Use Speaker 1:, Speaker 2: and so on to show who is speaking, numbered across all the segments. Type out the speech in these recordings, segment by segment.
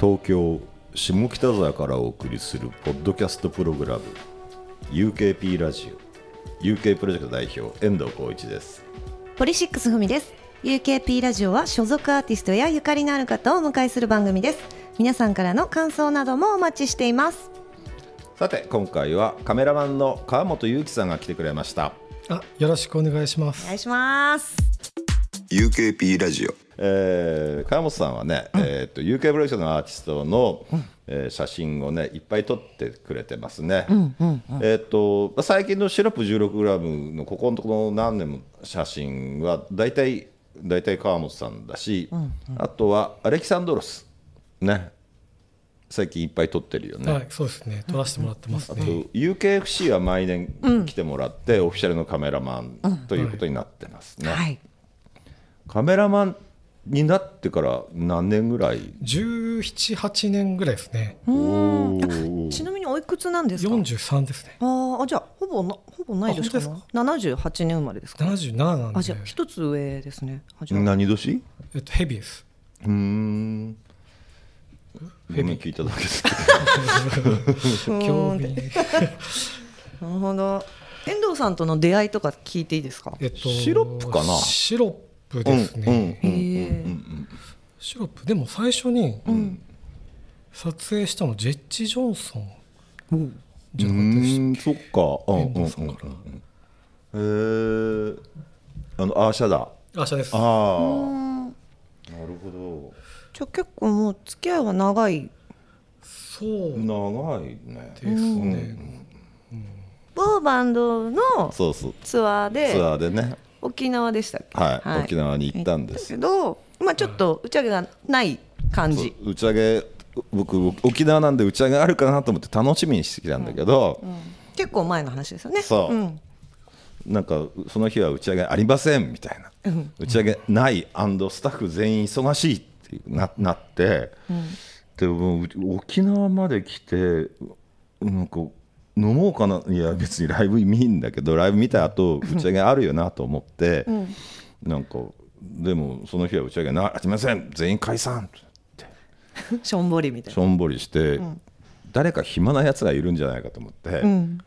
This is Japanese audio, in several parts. Speaker 1: 東京下北沢からお送りするポッドキャストプログラム UKP ラジオ UK プロジェクト代表遠藤浩一です
Speaker 2: ポリシックスふみです。UKP ラジオは所属アーティストやゆかりのある方をお迎えする番組です。皆さんからの感想などもお待ちしています。
Speaker 1: さて今回はカメラマンの川本裕樹さんが来てくれました、
Speaker 3: あ、よろしくお願いしま
Speaker 2: お
Speaker 3: す。
Speaker 2: 願いします。
Speaker 4: UKP ラジオ
Speaker 1: えー、川本さんはね、えー、と UK プロジェクトのアーティストの、えー写真をねいっぱい撮ってくれてますね、えっ、とまあ最近のシロップ 16g のここのところの何年も写真は大体大体川本さんだし、あとはアレキサンドロスね最近いっぱい撮ってるよね、
Speaker 3: はい、そうですね。撮らせてもらってます
Speaker 1: あと
Speaker 3: ね。
Speaker 1: UKFC は毎年来てもらって、オフィシャルのカメラマンということになってますね、
Speaker 2: はい。
Speaker 1: カメラマンになってから何年ぐらい
Speaker 3: 17、8年ぐらいですね。
Speaker 1: お
Speaker 2: ちなみにおいくつなんですか。
Speaker 3: 43ですね。
Speaker 2: ああ、じゃあほぼなほぼないですか
Speaker 3: あ本
Speaker 2: な。七十八年生まれですか。
Speaker 3: 77なんで、
Speaker 2: あじゃあ一つ上ですね。あじゃあ
Speaker 1: 何年
Speaker 3: えっと、ヘビーです。
Speaker 1: うーん
Speaker 3: フェミ
Speaker 1: 聞いただけですけど
Speaker 3: 興味。
Speaker 2: なるほど。遠藤さんとの出会いとか聞いていいですか。
Speaker 3: えっと、
Speaker 1: シロップかな
Speaker 3: シロップですね。
Speaker 1: うんうん
Speaker 2: へえ
Speaker 3: シロップ、でも最初に、撮影したの、ジェッジ・ジョンソンじゃなかったでし
Speaker 1: うーんそっかうん
Speaker 3: 遠藤さんか
Speaker 1: うんうんへえあのアーシャだ
Speaker 3: た。あ、そうです。
Speaker 1: ああなるほ
Speaker 2: じゃあ結構もう付き合いは長い。
Speaker 3: そう
Speaker 1: ど長いね
Speaker 3: ですね。
Speaker 2: 某バンドの
Speaker 1: そうそう
Speaker 2: ツアーで
Speaker 1: ツアーでね
Speaker 2: 沖縄でしたっけ。
Speaker 1: はい沖縄に行ったんです
Speaker 2: けど、まあちょっと打ち上げがない感じ。
Speaker 1: 打ち上げ僕沖縄なんで打ち上げあるかなと思って楽しみにしてきたんだけど、
Speaker 2: 結構前の話ですよね。
Speaker 1: そう、
Speaker 2: ん
Speaker 1: なんかその日は打ち上げありませんみたいな、打ち上げないスタッフ全員忙しいっていうななって、でもう沖縄まで来てなんか飲もうかないや別にライブ見んだけどライブ見た後打ち上げあるよなと思って、なんかでもその日は打ち上げなありません全員解散
Speaker 2: しょんぼりみたい
Speaker 1: しょんぼりして、誰か暇なやつがいるんじゃないかと思って、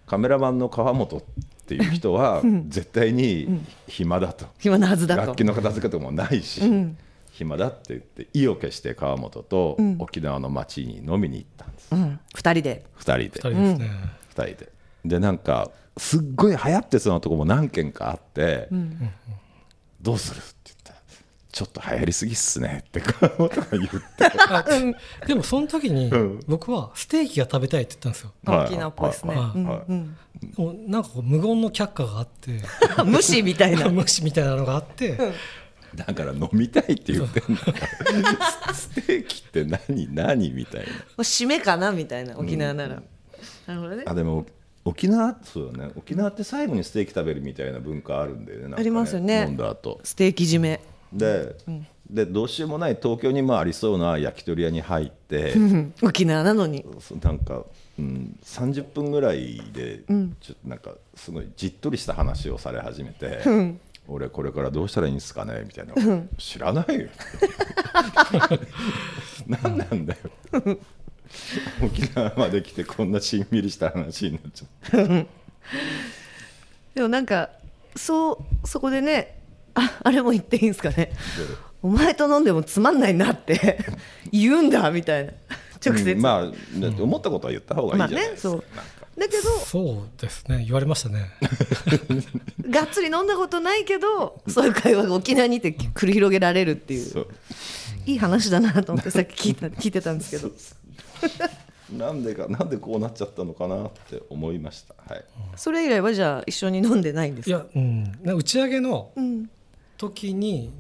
Speaker 1: カメラマンの川本っていう人は絶対に暇だと、
Speaker 2: 暇なはずだ
Speaker 1: 楽
Speaker 2: と
Speaker 1: 器。の片付けとかもないし、暇だって言って意を決して川本と沖縄の町に飲みに行ったんです、
Speaker 2: うん、二人で。
Speaker 1: 二人で
Speaker 3: 二人ですね。
Speaker 1: 二人ででなんかすっごい流行ってそうなとこも何軒かあって「どうする?」って言ったら「ちょっと流行りすぎっすね」って川本が言 って。
Speaker 3: あでもその時に僕はステーキが食べたいって言ったんですよ。
Speaker 2: 沖縄っぽいですね
Speaker 1: ははいはい
Speaker 3: もうなんかこう無言の却下があって、
Speaker 2: 無視みたい な。
Speaker 3: 無視みたいなのがあって、
Speaker 1: だから飲みたいって言ってんだから スステーキって何何みたい
Speaker 2: 締めかなみたいな沖縄なら。なるほどね
Speaker 1: なあ。でも沖縄そうだね沖縄って最後にステーキ食べるみたいな文化あるんだよねなんかね
Speaker 2: ありますよね
Speaker 1: 飲んだ後
Speaker 2: ステーキ締め。
Speaker 1: で,、でどうしようもない東京にもありそうな焼き鳥屋に入 って
Speaker 2: うん沖縄なのに。
Speaker 1: そうなんか、うん、30分ぐらいで、ちょっとなんかすごいじっとりした話をされ始めて、俺これからどうしたらいいんですかねみたいな、知らない よ何なんだよ沖縄まで来てこんなしんみりした話になっちゃって
Speaker 2: でもなんかそうそこでね、ああれも言っていいんですかね。お前と飲んでもつまんないなって 言うんだみたいな直接。
Speaker 1: うんまあだって思ったことは言った方がいいじゃないですか、
Speaker 2: まあねそうだけど
Speaker 3: そうですね、言われまし たね。
Speaker 2: がっつり飲んだことないけどそういう会話が沖縄にて繰り広げられるっていう
Speaker 1: そう
Speaker 2: いい話だなと思ってさっき聞いた聞いてたんですけど
Speaker 1: なんでかなんでこうなっちゃったのかなって思いましたはい
Speaker 2: それ以来はじゃあ一緒に飲んでないんで
Speaker 3: い
Speaker 2: すか
Speaker 3: や、うん、な打ち上げの
Speaker 2: うん、
Speaker 3: 時に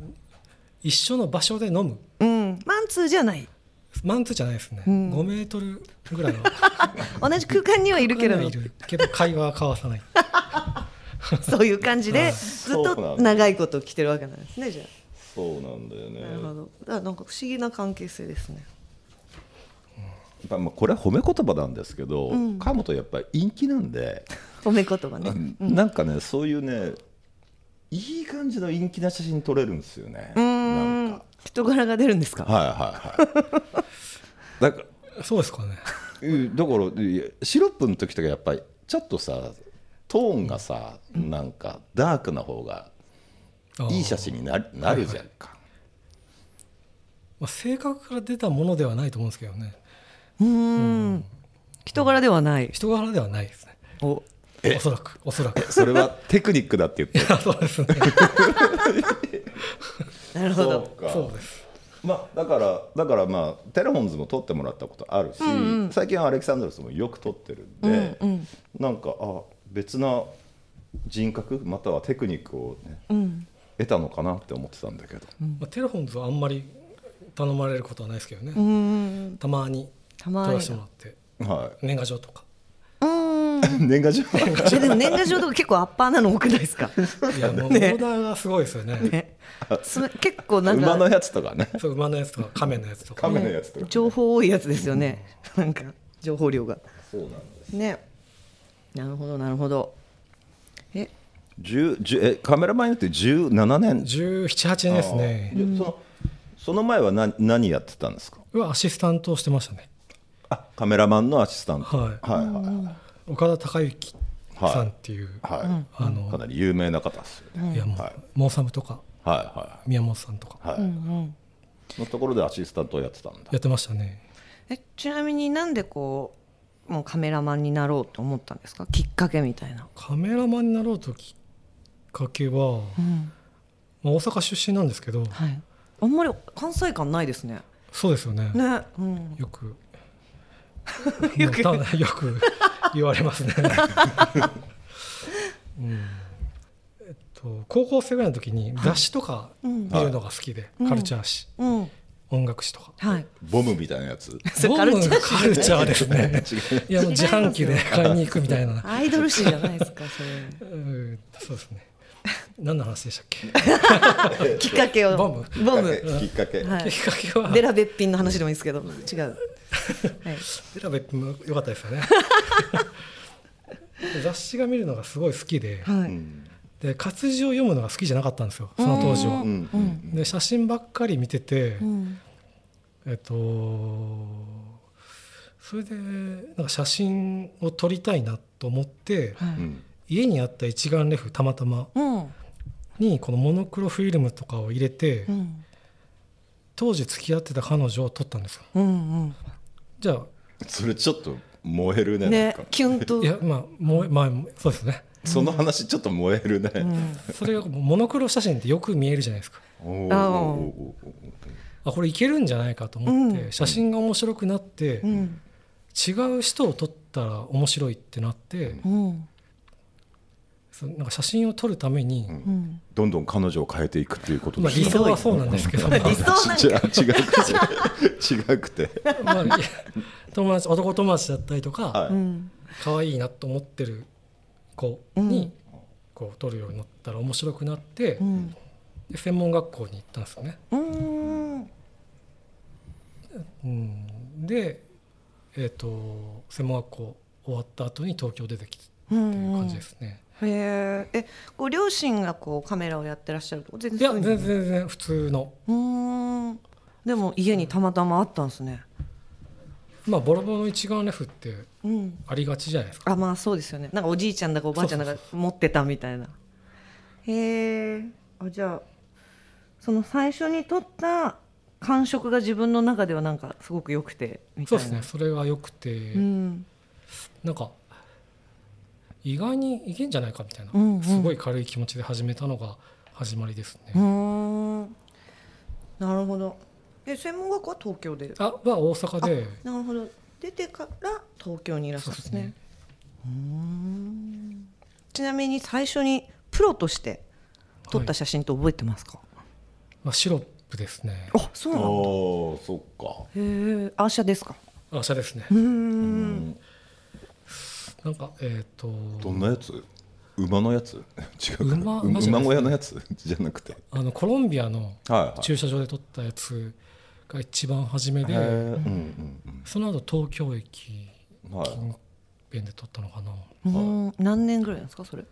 Speaker 3: 一緒の場所で飲む。
Speaker 2: うん、マンツーじゃない
Speaker 3: マンツーじゃないですね。
Speaker 2: ん
Speaker 3: 5メートルぐらいは
Speaker 2: 同じ空間に はいるけれ
Speaker 3: い
Speaker 2: ど
Speaker 3: るけど会話は交わ さない。
Speaker 2: そういう感 じでずっ
Speaker 1: そうなん
Speaker 2: と
Speaker 1: だ
Speaker 2: 長いこと来てるわけなんですねじゃ
Speaker 1: そうなんだよね
Speaker 2: あなるほどだからなんか不思議な関係性ですね
Speaker 1: やっぱまあこれは褒め言葉なんですけど、川本やっぱり陰気なんで、
Speaker 2: 褒め言葉ね
Speaker 1: なんかねそういうねいい感じの陰気な写真撮れるんですよね
Speaker 2: う
Speaker 1: なん
Speaker 2: ん人柄が出るんですか
Speaker 1: かはいはいはいだか
Speaker 3: そうですかね
Speaker 1: うんだからいやシロップの時とかやっぱりちょっとさトーンがさなんかダークな方が
Speaker 3: あー
Speaker 1: いい写真になるなるじゃんか、
Speaker 3: まあ、性格から出たものではないと思うんですけどね
Speaker 2: うん人柄ではない
Speaker 3: 人柄ではないですね
Speaker 2: お
Speaker 3: おそらくおそらく
Speaker 1: それはテクニックだって言 って
Speaker 3: そうですね
Speaker 2: なるほど
Speaker 1: そうか
Speaker 3: そうです
Speaker 1: まあだからだからまあテレホンズも撮ってもらったことあるし、最近はアレキサンドロスもよく撮ってるんで、なんかあ別な人格またはテクニックをね、得たのかなって思ってたんだけど、
Speaker 3: まあ、テレフォンズはあんまり頼まれることはないですけどね、
Speaker 2: うんうん
Speaker 3: たまに
Speaker 2: た
Speaker 3: 撮
Speaker 2: まに
Speaker 3: らせてもらって
Speaker 1: は
Speaker 3: 年賀状とか
Speaker 2: うーん
Speaker 1: い、年 賀状
Speaker 2: えでも年賀状とか結構アッパーなの多くないです か、
Speaker 3: いやもうオ
Speaker 2: ね
Speaker 3: ーダーがすごいですよね
Speaker 2: ね、それ結構なん
Speaker 1: 馬の
Speaker 2: か
Speaker 1: やつとかね
Speaker 3: そう馬のやつとか亀のやつとか
Speaker 1: 亀のやつとか、
Speaker 2: 情報多いやつですよねなんか情報量が
Speaker 1: そうなんです
Speaker 2: ねなるほどなるほどえ
Speaker 1: 10 10えカメラマンになって17年
Speaker 3: 1718年ですね
Speaker 1: あーでそのその前は何何やってたんですか
Speaker 3: はアシスタントをしてましたね
Speaker 1: あカメラマンのアシスタント、
Speaker 3: はい
Speaker 1: はいは
Speaker 3: 岡田孝之さんっていう、
Speaker 1: いはい、
Speaker 3: あの
Speaker 1: かなり有名な方ですよね、
Speaker 3: いやもう、
Speaker 1: はい
Speaker 3: モーサムとか
Speaker 1: はいはい
Speaker 3: 宮本さんとか
Speaker 1: はい、のところでアシスタントをやってたんだ
Speaker 3: やってましたね
Speaker 2: えちなみになんでこうもうカメラマンになろうと思ったんですかきっかけみたいな、
Speaker 3: カメラマンになろうときっかけは、
Speaker 2: うん
Speaker 3: まあ、大阪出身なんですけど
Speaker 2: はい、あんまり関西感ないですね
Speaker 3: そうですよね
Speaker 2: ね、うん、
Speaker 3: よ く
Speaker 2: よく
Speaker 3: まあ たよく言われ ますね、うんえっと、高校生ぐらいの時に雑誌とか見るのが好きで、カルチャー誌、
Speaker 2: うん、
Speaker 3: 音楽誌とか、
Speaker 2: はい
Speaker 1: ボムみたいなやつ
Speaker 2: それ
Speaker 3: ボ
Speaker 2: カ
Speaker 3: ム
Speaker 2: ルチャー
Speaker 3: カルチャーですね いやもう自販機で買いに行くみたいな
Speaker 2: アイドル誌じゃないですかそ
Speaker 3: うんそうですね何の話でしたっ け
Speaker 2: れきっかけを
Speaker 3: ボム
Speaker 2: ボム、
Speaker 1: きっかけ、
Speaker 2: はい、
Speaker 3: きっかけは
Speaker 2: デラべっぴんの話でもいいですけど違う、はい、
Speaker 3: 選べても良かったです よね雑誌が見るのがすごい好きで
Speaker 2: はい
Speaker 1: うん
Speaker 3: で活字を読むのが好きじゃなかったんですよその当時は
Speaker 1: う。んうん
Speaker 3: で写真ばっかり見てて、
Speaker 2: うん
Speaker 3: えっとそれでなんか写真を撮りたいなと思って、
Speaker 2: は
Speaker 1: う
Speaker 2: い
Speaker 1: ん
Speaker 3: 家にあった一眼レフたまたま
Speaker 2: うん
Speaker 3: にこのモノクロフィルムとかを入れて、
Speaker 2: うん
Speaker 3: 当時付き合ってた彼女を撮ったんですよ。
Speaker 2: うん
Speaker 3: じゃあ
Speaker 1: それちょっと燃える
Speaker 2: う
Speaker 1: ね
Speaker 2: ん
Speaker 1: なん
Speaker 2: ね
Speaker 1: か
Speaker 2: キュンと
Speaker 3: いやまあもうまあそうですね。
Speaker 1: その話ちょっと燃えるね、
Speaker 3: それがモノクロ写真ってよく見えるじゃないですか。
Speaker 1: おーお
Speaker 2: あー
Speaker 1: ーおーおー
Speaker 3: あこれいけるんじゃないかと思って、
Speaker 2: う
Speaker 3: 写真が面白くなって、
Speaker 2: うん
Speaker 3: 違う人を撮ったら面白いってなって、
Speaker 2: うん
Speaker 3: そのなんか写真を撮るために、
Speaker 1: ん
Speaker 2: うん
Speaker 1: どんどん彼女を変えていくっていうこと
Speaker 3: まあ、理 想はそうなんですけど、まあ
Speaker 2: 理想なん
Speaker 1: ち
Speaker 2: か
Speaker 1: ゃ違うくて違くて
Speaker 3: まあいや友達男友達だったりとか、
Speaker 1: は
Speaker 2: うん
Speaker 3: 可愛いなと思ってる子に、こう撮るようになったら面白くなって、
Speaker 2: うん
Speaker 3: で専門学校に行ったんですよね。
Speaker 2: うん
Speaker 3: うん、で、えー、と専門学校終わった後に東京出てきて
Speaker 2: う
Speaker 3: っていうん感じですね。
Speaker 2: へええご両親がこうカメラをやってらっしゃると全
Speaker 3: いや
Speaker 2: 然そうい
Speaker 3: 全
Speaker 2: う
Speaker 3: 然全然普通の
Speaker 2: のうーんでも家にたまたまあったんですね
Speaker 3: まあボロボロの一眼レフって
Speaker 2: うん
Speaker 3: ありがちじゃないですか
Speaker 2: あまあそうですよねなんかおじいちゃんだかおばあちゃんだか持ってたみたいなへえあじゃあその最初に撮った感触が自分の中ではなんかすごく良くてみた
Speaker 3: そ
Speaker 2: いうな
Speaker 3: ですねそれが良くて、
Speaker 2: うん
Speaker 3: なんか意外にいけんじゃないかみたいな、
Speaker 2: うんうん
Speaker 3: すごい軽い気持ちで始めたのが始まりですね、
Speaker 2: うーんなるほどえ専門学校は東京で
Speaker 3: あは大阪で
Speaker 2: なるほど出てから東京にいらっしゃるんですね
Speaker 3: そうですね
Speaker 2: うーんちなみに最初にプロとして撮った写真って覚えてますか、
Speaker 3: まあ、シロップですね
Speaker 2: あそう
Speaker 1: お
Speaker 2: なんだ
Speaker 1: おそっか
Speaker 2: へえアーシャですか
Speaker 3: あ車ですね、
Speaker 2: うーん
Speaker 3: なんかえっ、と
Speaker 1: どんなやつ馬のやつ違うか
Speaker 3: 馬
Speaker 1: う
Speaker 3: 馬じゃない
Speaker 1: 馬小屋のやつじゃなくて
Speaker 3: あのコロンビアの
Speaker 1: はいはい
Speaker 3: 駐車場で撮ったやつが一番初めで、
Speaker 1: へーうんうん
Speaker 3: その後東京駅
Speaker 1: うんはい
Speaker 3: 近辺で撮ったのかな、
Speaker 2: うーん何年ぐらいなんですかそれ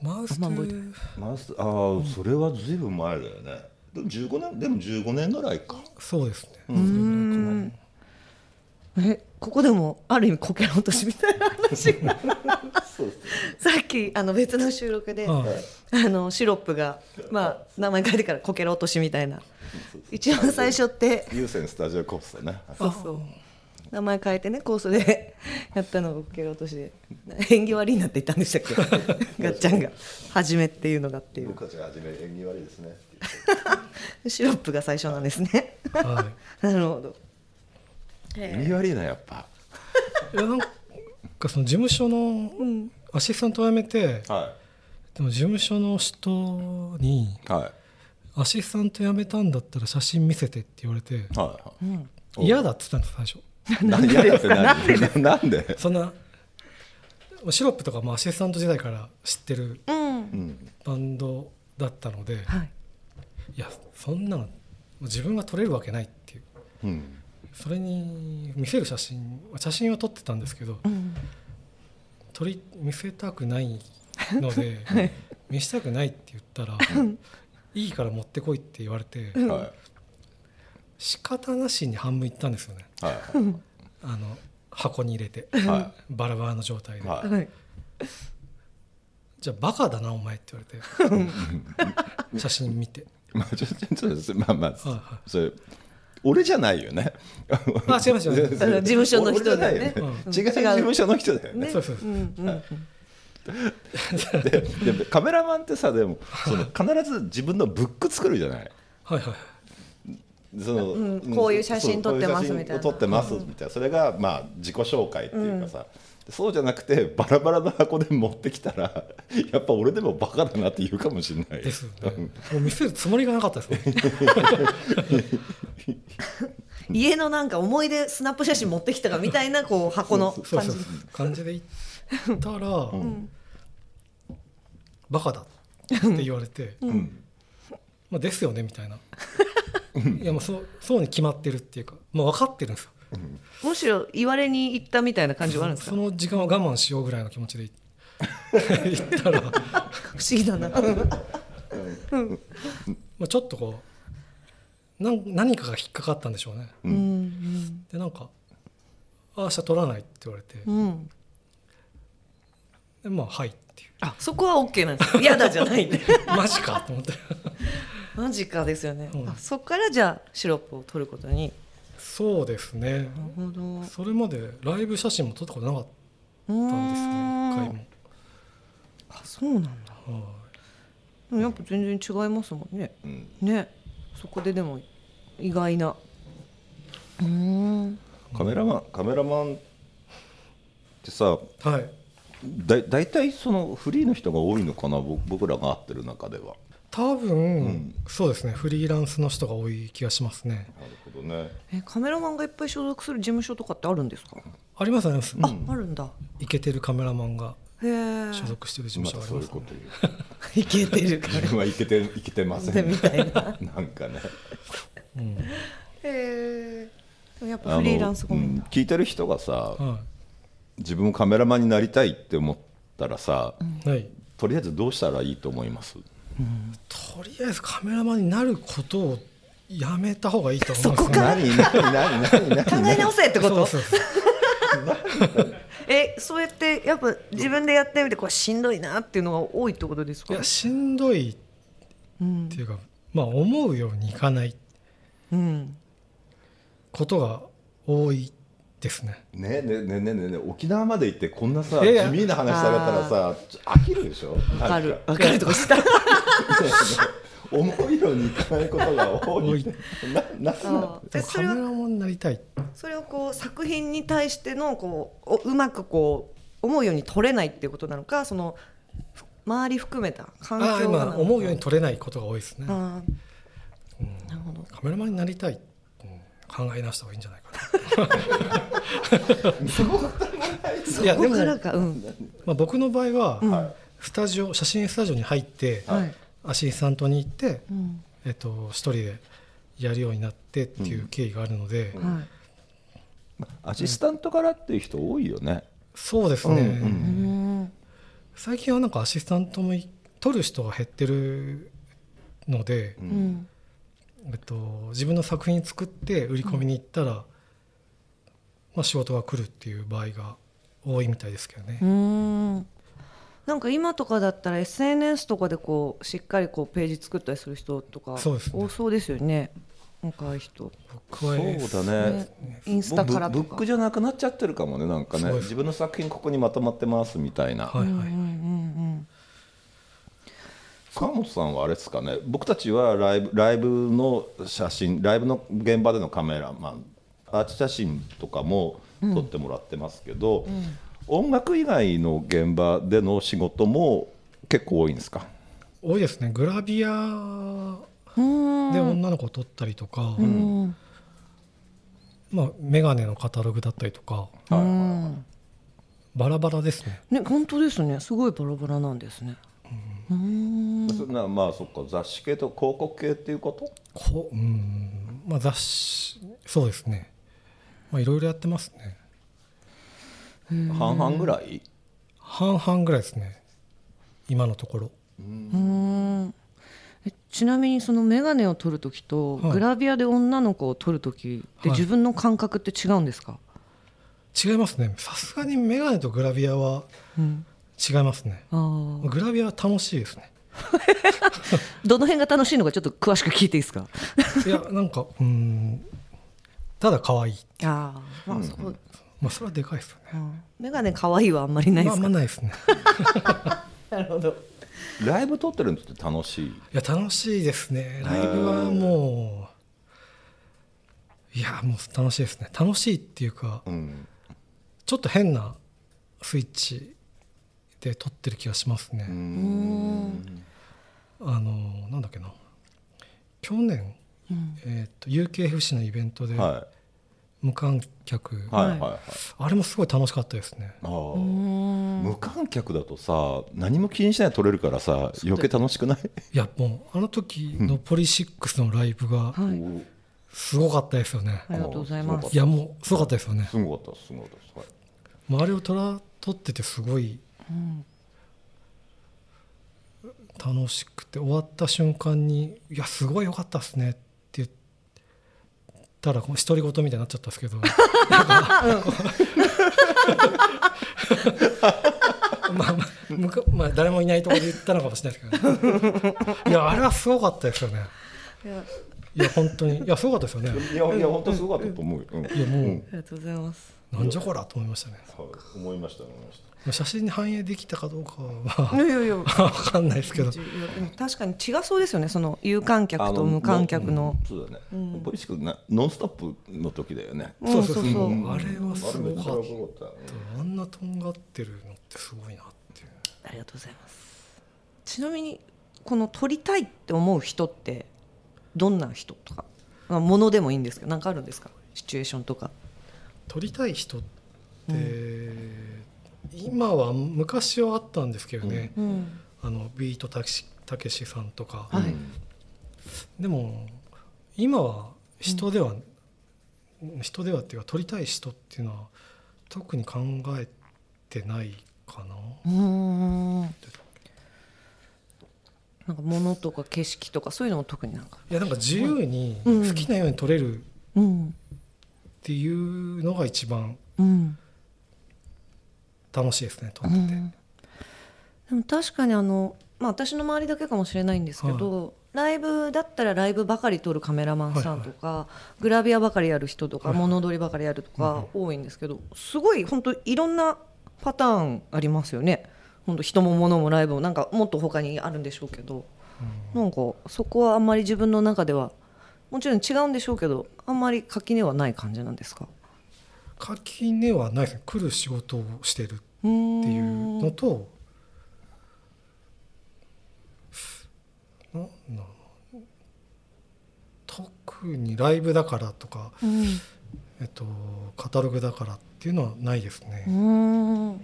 Speaker 3: マウス
Speaker 2: あんま覚えて
Speaker 3: 2
Speaker 1: マスああ、それはずいぶん前だよねでも15年でも15年ぐらいか
Speaker 3: そうですね、
Speaker 2: うーんえここでもある意味こけら落としみたいな話が さっきあの別の収録で、
Speaker 3: は
Speaker 2: あのシロップが、まあ、名前変えてからこけら落としみたいな一番最初って
Speaker 1: 優先スタジオコースだね
Speaker 2: そうそう名前変えてねコースで やったのがこけら落としで縁起悪いなって言ったんで したっけガッチャンが初めっていうのがっていう
Speaker 1: 僕たちが初め縁起悪いですね
Speaker 2: シロップが最初なんですね
Speaker 3: いは
Speaker 2: なるほど
Speaker 1: 縁起悪いなやっぱ
Speaker 3: いいやなんかその事務所のアシスタントを辞めて
Speaker 1: は
Speaker 3: でも事務所の人に
Speaker 1: いは
Speaker 3: アシスタント辞めたんだったら写真見せてって言われて
Speaker 1: いはいお
Speaker 3: 嫌だって言ったんです最初
Speaker 1: 何嫌だって何なんで
Speaker 3: そんなシロップとかもアシスタント時代から知ってる
Speaker 2: うん
Speaker 1: うん
Speaker 3: バンドだったので
Speaker 2: はい
Speaker 3: いやそんなの自分が撮れるわけないっていう
Speaker 1: うん
Speaker 3: それに見せる写真写真は撮ってたんですけど
Speaker 2: うん
Speaker 3: 撮り見せたくないの で、見せたくないって言ったらいいから持ってこいって言われて
Speaker 1: はいはい
Speaker 3: 仕方なしに半分いったんですよね
Speaker 1: は
Speaker 3: あの箱に入れて
Speaker 1: いは
Speaker 3: バラバラの状態
Speaker 1: い
Speaker 3: で、
Speaker 1: はい
Speaker 2: はい
Speaker 3: じゃあバカだなお前って言わ れて写真見て
Speaker 1: まあちょちょちょちょまあまあ
Speaker 3: はいは
Speaker 1: それ俺じゃないよね。
Speaker 3: まあ違います違いま す
Speaker 1: それ
Speaker 2: あの事務所の人だよね
Speaker 1: 俺
Speaker 3: うん
Speaker 1: じゃないよね違う事務所の人だよね。
Speaker 2: ね
Speaker 3: そうそうそうん
Speaker 2: うん
Speaker 1: ででカメラマンってさでもその必ず自分のブック作るじゃない。
Speaker 3: はいはい
Speaker 1: その
Speaker 2: うん
Speaker 1: ん
Speaker 2: こういう写真撮ってます
Speaker 1: そう
Speaker 2: みたいな
Speaker 1: こうう写真を撮ってますみたいなそれがまあ自己紹介っていうかさ、そうじゃなくてバラバラの箱で持ってきたら やっぱ俺でもバカだなって言うかもしれない
Speaker 3: ですよねもう見せるつもりがなかったですね
Speaker 2: 家のなんか思い出スナップ写真持ってきたかみたいなこう箱の
Speaker 3: そう
Speaker 2: 感
Speaker 3: そ
Speaker 2: じ
Speaker 3: う感じで行ったら、バカだって言われて、まあ、ですよねみたいないやもうそうそうに決まってるっていうか、まあ、分かってるんですよ
Speaker 2: むしろ言われに行ったみたいな感じはあるんです
Speaker 3: そ
Speaker 2: か
Speaker 3: の時間を我慢しようぐらいの 気持ちで行ったら、ま
Speaker 2: 不思議だな
Speaker 3: あ、ちょっとこうなん何かが引っかかったんでしょうね、
Speaker 2: うん
Speaker 3: でなんか「ああ明日取らない」って言われて、
Speaker 2: うんうん
Speaker 3: でまあ「はい」っていう
Speaker 2: あそこは OK なんです嫌だじゃない んで
Speaker 3: 「マジか」と思って
Speaker 2: マジかですよね、
Speaker 3: うん
Speaker 2: あそこからじゃあシロップを取ることに
Speaker 3: そうですね
Speaker 2: なるほどう
Speaker 3: それまでライブ写真も撮ったことなかっ
Speaker 2: ー
Speaker 3: たんですね一回
Speaker 2: ん
Speaker 3: も
Speaker 2: あそうなんだ
Speaker 3: はい
Speaker 2: でもやっぱ全然違いますもんね
Speaker 1: うん
Speaker 2: ねそこででも意外なうーん
Speaker 1: カメラマンカメラマンってさ
Speaker 3: はい
Speaker 1: だ大体そのフリーの人が多いのかな僕僕らが会ってる中では。
Speaker 3: 多分、そうですねフリーランスの人が多い気がしますね
Speaker 1: なるほどね
Speaker 2: えカメラマンがいっぱい所属する事務所とかってあるんですか、
Speaker 3: ありますあります
Speaker 2: ああるんだ
Speaker 3: イケてるカメラマンが
Speaker 2: へえ
Speaker 3: 所属してる事
Speaker 1: ま
Speaker 3: 務所
Speaker 1: た
Speaker 3: があり
Speaker 1: そう
Speaker 3: ま
Speaker 1: いう
Speaker 3: す、ね
Speaker 1: こと言う
Speaker 2: い けてるか
Speaker 1: 自分はいけていけてませ
Speaker 2: ら
Speaker 1: ん
Speaker 2: みたいな
Speaker 1: なんかね
Speaker 2: へえやっ
Speaker 1: あ
Speaker 2: ぱ
Speaker 1: の
Speaker 2: フリーランスが多いんだ
Speaker 1: うん聞いてる人がさ
Speaker 3: は
Speaker 1: 自分もカメラマンになりたいって思ったらさ、
Speaker 3: い、はい、
Speaker 1: とりあえずどうしたらいいと思います
Speaker 3: とりあえずカメラマンになることをやめた方がいいと思いま
Speaker 2: そ
Speaker 3: す
Speaker 2: こか
Speaker 1: 何何何何何
Speaker 2: 考え直せってこ
Speaker 3: そう
Speaker 2: と
Speaker 3: そうそう
Speaker 2: えそうやってやっぱ自分でやってみてこうしんどいなっていうのが多いってことです
Speaker 3: い
Speaker 2: か
Speaker 3: やしんどいっ
Speaker 2: うん
Speaker 3: ていうか、まあ思うようにいかない
Speaker 2: うん
Speaker 3: ことが多いですね
Speaker 1: ねねねねねね沖縄まで行ってこんなさ
Speaker 3: いやいや
Speaker 1: 地味な話されたらさちょ飽きるでしょ
Speaker 2: わかる
Speaker 1: なん
Speaker 2: わかるとこした
Speaker 1: 思うようにいかないことが多いなな
Speaker 2: そ
Speaker 3: でも
Speaker 2: そ
Speaker 3: カ
Speaker 2: れ
Speaker 3: メラ
Speaker 2: を
Speaker 3: マンになりたい
Speaker 2: それをこう作品に対してのこうおうまくこう思うように撮れないっていうことなのかそのふ周り含めた環
Speaker 3: ああ
Speaker 2: 境がなの
Speaker 3: 今
Speaker 2: か
Speaker 3: 思うように撮れないことが多いですね
Speaker 2: あーなるほど
Speaker 3: カメラマンになりたい、うん考え直した方がいいんじゃないかな
Speaker 2: そ
Speaker 3: いやで
Speaker 2: こ
Speaker 3: も
Speaker 2: からかうん
Speaker 3: まあ、僕の場合は、
Speaker 1: はい
Speaker 3: スタジオ写真スタジオに入って、
Speaker 2: はい
Speaker 3: アシスタントに行って、
Speaker 2: うん
Speaker 3: えっと、一人でやるようになってっていう経緯があるので、
Speaker 2: はい
Speaker 1: アシスタントからっていう人多いよね。
Speaker 3: そうですね、
Speaker 1: うんうん
Speaker 2: うん
Speaker 3: 最近はなんかアシスタントもい撮る人が減ってるので、
Speaker 1: う
Speaker 2: うんん
Speaker 3: えっと、自分の作品作って売り込みに行ったら、ままあ、仕事が来るっていう場合が多いみたいですけどね
Speaker 2: う。んなんか今とかだったら SNS とかでこうしっかりこうページ作ったりする人とか
Speaker 3: そうですね
Speaker 2: 多そうですよねなんかああいう人、
Speaker 3: 僕は
Speaker 1: そうだね
Speaker 2: ねインスタから
Speaker 1: もう
Speaker 2: と
Speaker 1: ブブッ
Speaker 2: か
Speaker 1: クじゃなくなっちゃってるかもねなんか
Speaker 3: そ
Speaker 1: ね
Speaker 3: うです
Speaker 1: 自分の作品ここにまとまってますみたいな、
Speaker 3: はいはい、
Speaker 1: 川本さんはあれですかね僕たちはライブライブの写真ライブの現場でのカメラマンアーチ写真とかも撮ってもらってますけど、音楽以外の現場での仕事も結構多いんですか
Speaker 3: 多いですねグラビア
Speaker 2: うん
Speaker 3: で女の子を撮ったりとか、
Speaker 2: うん
Speaker 3: まあ、眼鏡のカタログだったりとか
Speaker 2: うん
Speaker 3: バラバラですね
Speaker 2: ね本当ですねすごいバラバラなんですね
Speaker 1: そんなまあそっか雑誌系と広告系っていうこと
Speaker 3: こううんまあ雑誌そうですねまあいろいろやってますね
Speaker 1: 半々ぐらい
Speaker 3: 半々ぐらいですね今のところ
Speaker 2: うんえちなみにその眼鏡を取る時と、
Speaker 3: はい
Speaker 2: グラビアで女の子を取る時って
Speaker 3: はい
Speaker 2: 自分の感覚って違うんですか、
Speaker 3: 違いますねさすがに眼鏡とグラビアは
Speaker 2: うん、
Speaker 3: 違いますね
Speaker 2: あー
Speaker 3: グラビアは楽しいですね
Speaker 2: どの辺が楽しいのかちょっと詳しく聞いていいですか
Speaker 3: いやなんかうんただ可愛い
Speaker 2: ああまあそこ、
Speaker 3: まあそれはでかいですよね
Speaker 2: うん、眼鏡可愛いはあんまりないで
Speaker 3: まあ
Speaker 2: す
Speaker 3: ま
Speaker 2: か、
Speaker 3: あないですね
Speaker 2: なるほど
Speaker 1: ライブ撮ってるのって楽しい
Speaker 3: いや楽しいですねライブはもういやもう楽しいですね楽しいっていうか
Speaker 1: うん
Speaker 3: ちょっと変なスイッチで撮ってる気がしますね、あのなんだっけな去年、えー、と UKFC のイベントで
Speaker 1: は
Speaker 3: 無観客、
Speaker 1: いはいはいはい、
Speaker 3: あれもすごい楽しかったですね
Speaker 1: ああ無観客だとさ何も気にしないで撮れるからさ余計楽しくない
Speaker 3: いやもうあの時のポリシックスのライブが
Speaker 2: はい
Speaker 3: すごかったですよね、
Speaker 2: ありがとうございます
Speaker 1: お
Speaker 3: いやもうすごかったですよね
Speaker 1: すごかったすごかったです
Speaker 3: もうあれを撮ら撮っててすごい楽しくて終わった瞬間に「いやすごい良かったっすね」って言ったらこの独り言みたいになっちゃったんですけどなんかこうまあまあむかまあ誰もいないところで言ったのかもしれないですけど、ね、いやあれはすごかったですよね
Speaker 2: いや
Speaker 3: いや本当にいやすごかったですよね
Speaker 1: いやいや本当すごかったと思うよ、うん
Speaker 3: いやもう、
Speaker 2: ありがとうございます
Speaker 3: なんじゃこらと思いましたね
Speaker 1: はい思いました思いました
Speaker 3: 写真に反映できたかどうかはい
Speaker 2: やいやいや
Speaker 3: わかんないですけど。
Speaker 2: でも確かに違そうですよねその有観客と無観客の
Speaker 1: うんそうだね、ボイシックなノンストップの時だよね、
Speaker 2: うんそうそうそう
Speaker 3: あれはす
Speaker 1: あれめっちゃ
Speaker 3: ご
Speaker 1: す
Speaker 3: かっ。
Speaker 1: ごかった
Speaker 3: あんなとんがってるのってすごいなっていう。
Speaker 2: ありがとうございますちなみにこの撮りたいって思う人ってどんな人とかまあものでもいいんですけどなんかあるんですかシチュエーションとか
Speaker 3: 撮りたい人って、今は昔はあったんですけどね。
Speaker 2: うん
Speaker 3: あのビートたけしたけしさんとか、
Speaker 2: はい
Speaker 3: でも今は人では、人ではっていうか撮りたい人っていうのは特に考えてないかな。
Speaker 2: うーんなんか物とか景色とかそういうのも特になんか
Speaker 3: いやなんか自由に
Speaker 2: うん
Speaker 3: 好きなように撮れるっ
Speaker 2: うん
Speaker 3: ていうのが一番
Speaker 2: うん
Speaker 3: 楽しいですね撮っ
Speaker 2: う
Speaker 3: てて。
Speaker 2: んでも確かにあの、まあ、私の周りだけかもしれないんですけど、ライブだったらライブばかり撮るカメラマンさんとか、グラビアばかりやる人とか、物撮りばかりやるとか多いんですけどすごい本当いろんなパターンありますよね本当人も物もライブもなんかもっと他にあるんでしょうけど、なんかそこはあんまり自分の中ではもちろん違うんでしょうけどあんまり垣根はない感じなんですか
Speaker 3: 垣根はないですね来る仕事をしてるっ
Speaker 2: うーん
Speaker 3: ていうのとなんだろうな特にライブだからとか、
Speaker 2: うん
Speaker 3: えっと、カタログだからっていうのはないです
Speaker 2: うー
Speaker 3: ね、
Speaker 2: ん
Speaker 3: うん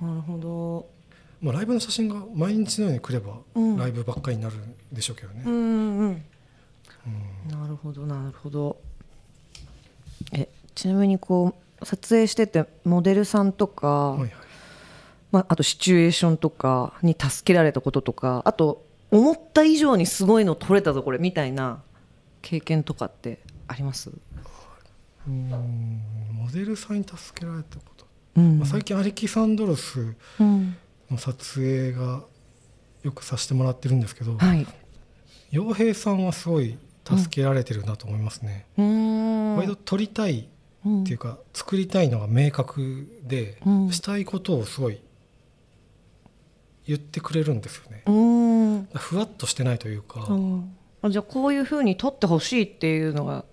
Speaker 2: なるほど
Speaker 3: まあ、ライブの写真が毎日のように来れば
Speaker 2: うん
Speaker 3: ライブばっかりになるんでしょうけどね、
Speaker 2: うんうんなるほどなるほどえちなみにこう撮影しててモデルさんとか、
Speaker 3: はいはい、
Speaker 2: まあ、あとシチュエーションとかに助けられたこととかあと思った以上にすごいの撮れたぞこれみたいな経験とかってあります
Speaker 3: うんモデルさんに助けられたこと、
Speaker 2: うん
Speaker 3: まあ、最近アレキサンドロス
Speaker 2: うん
Speaker 3: の撮影がよくさせてもらってるんですけど
Speaker 2: はい
Speaker 3: 洋平さんはすごい助けられてるなと思いますね、
Speaker 2: うーん
Speaker 3: 割と撮りたいっていうか、作りたいのが明確で、
Speaker 2: うん
Speaker 3: したいことをすごい言ってくれるんですよね
Speaker 2: う、んうん
Speaker 3: ふわっとしてないというか、
Speaker 2: うんあじゃあこういうふうに撮ってほしいっていうのが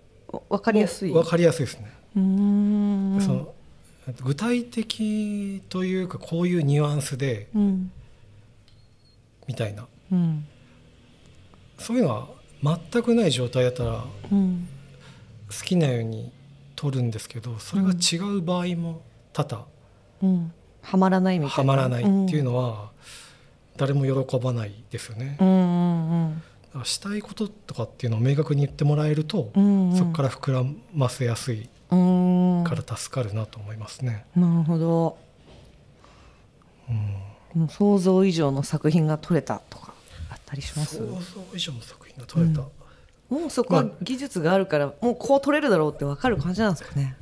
Speaker 2: 分かりやすい
Speaker 3: わかりやすいですね、
Speaker 2: うーん
Speaker 3: そのえっと具体的というかこういうニュアンスで
Speaker 2: うん
Speaker 3: みたいな
Speaker 2: うん
Speaker 3: そういうのは全くない状態だったら
Speaker 2: うん
Speaker 3: 好きなように撮るんですけどそれが違う場合も多
Speaker 2: うんはまらないみ
Speaker 3: 々
Speaker 2: た
Speaker 3: はい
Speaker 2: な
Speaker 3: まらないっていうのは誰も喜ばないですよね
Speaker 2: う。んうん
Speaker 3: だからしたいこととかっていうのを明確に言ってもらえると
Speaker 2: うんうん
Speaker 3: そこから膨らませやすい
Speaker 2: うんうん
Speaker 3: から助かるなと思いますね。
Speaker 2: なるほど
Speaker 3: うん
Speaker 2: もう想像以上の作品が撮れたとかあったりします
Speaker 3: 想像以上の作品が撮れた、
Speaker 2: うんもうそこは
Speaker 3: まあ
Speaker 2: 技術があるからもうこう撮れるだろうって分かる感じなんですかね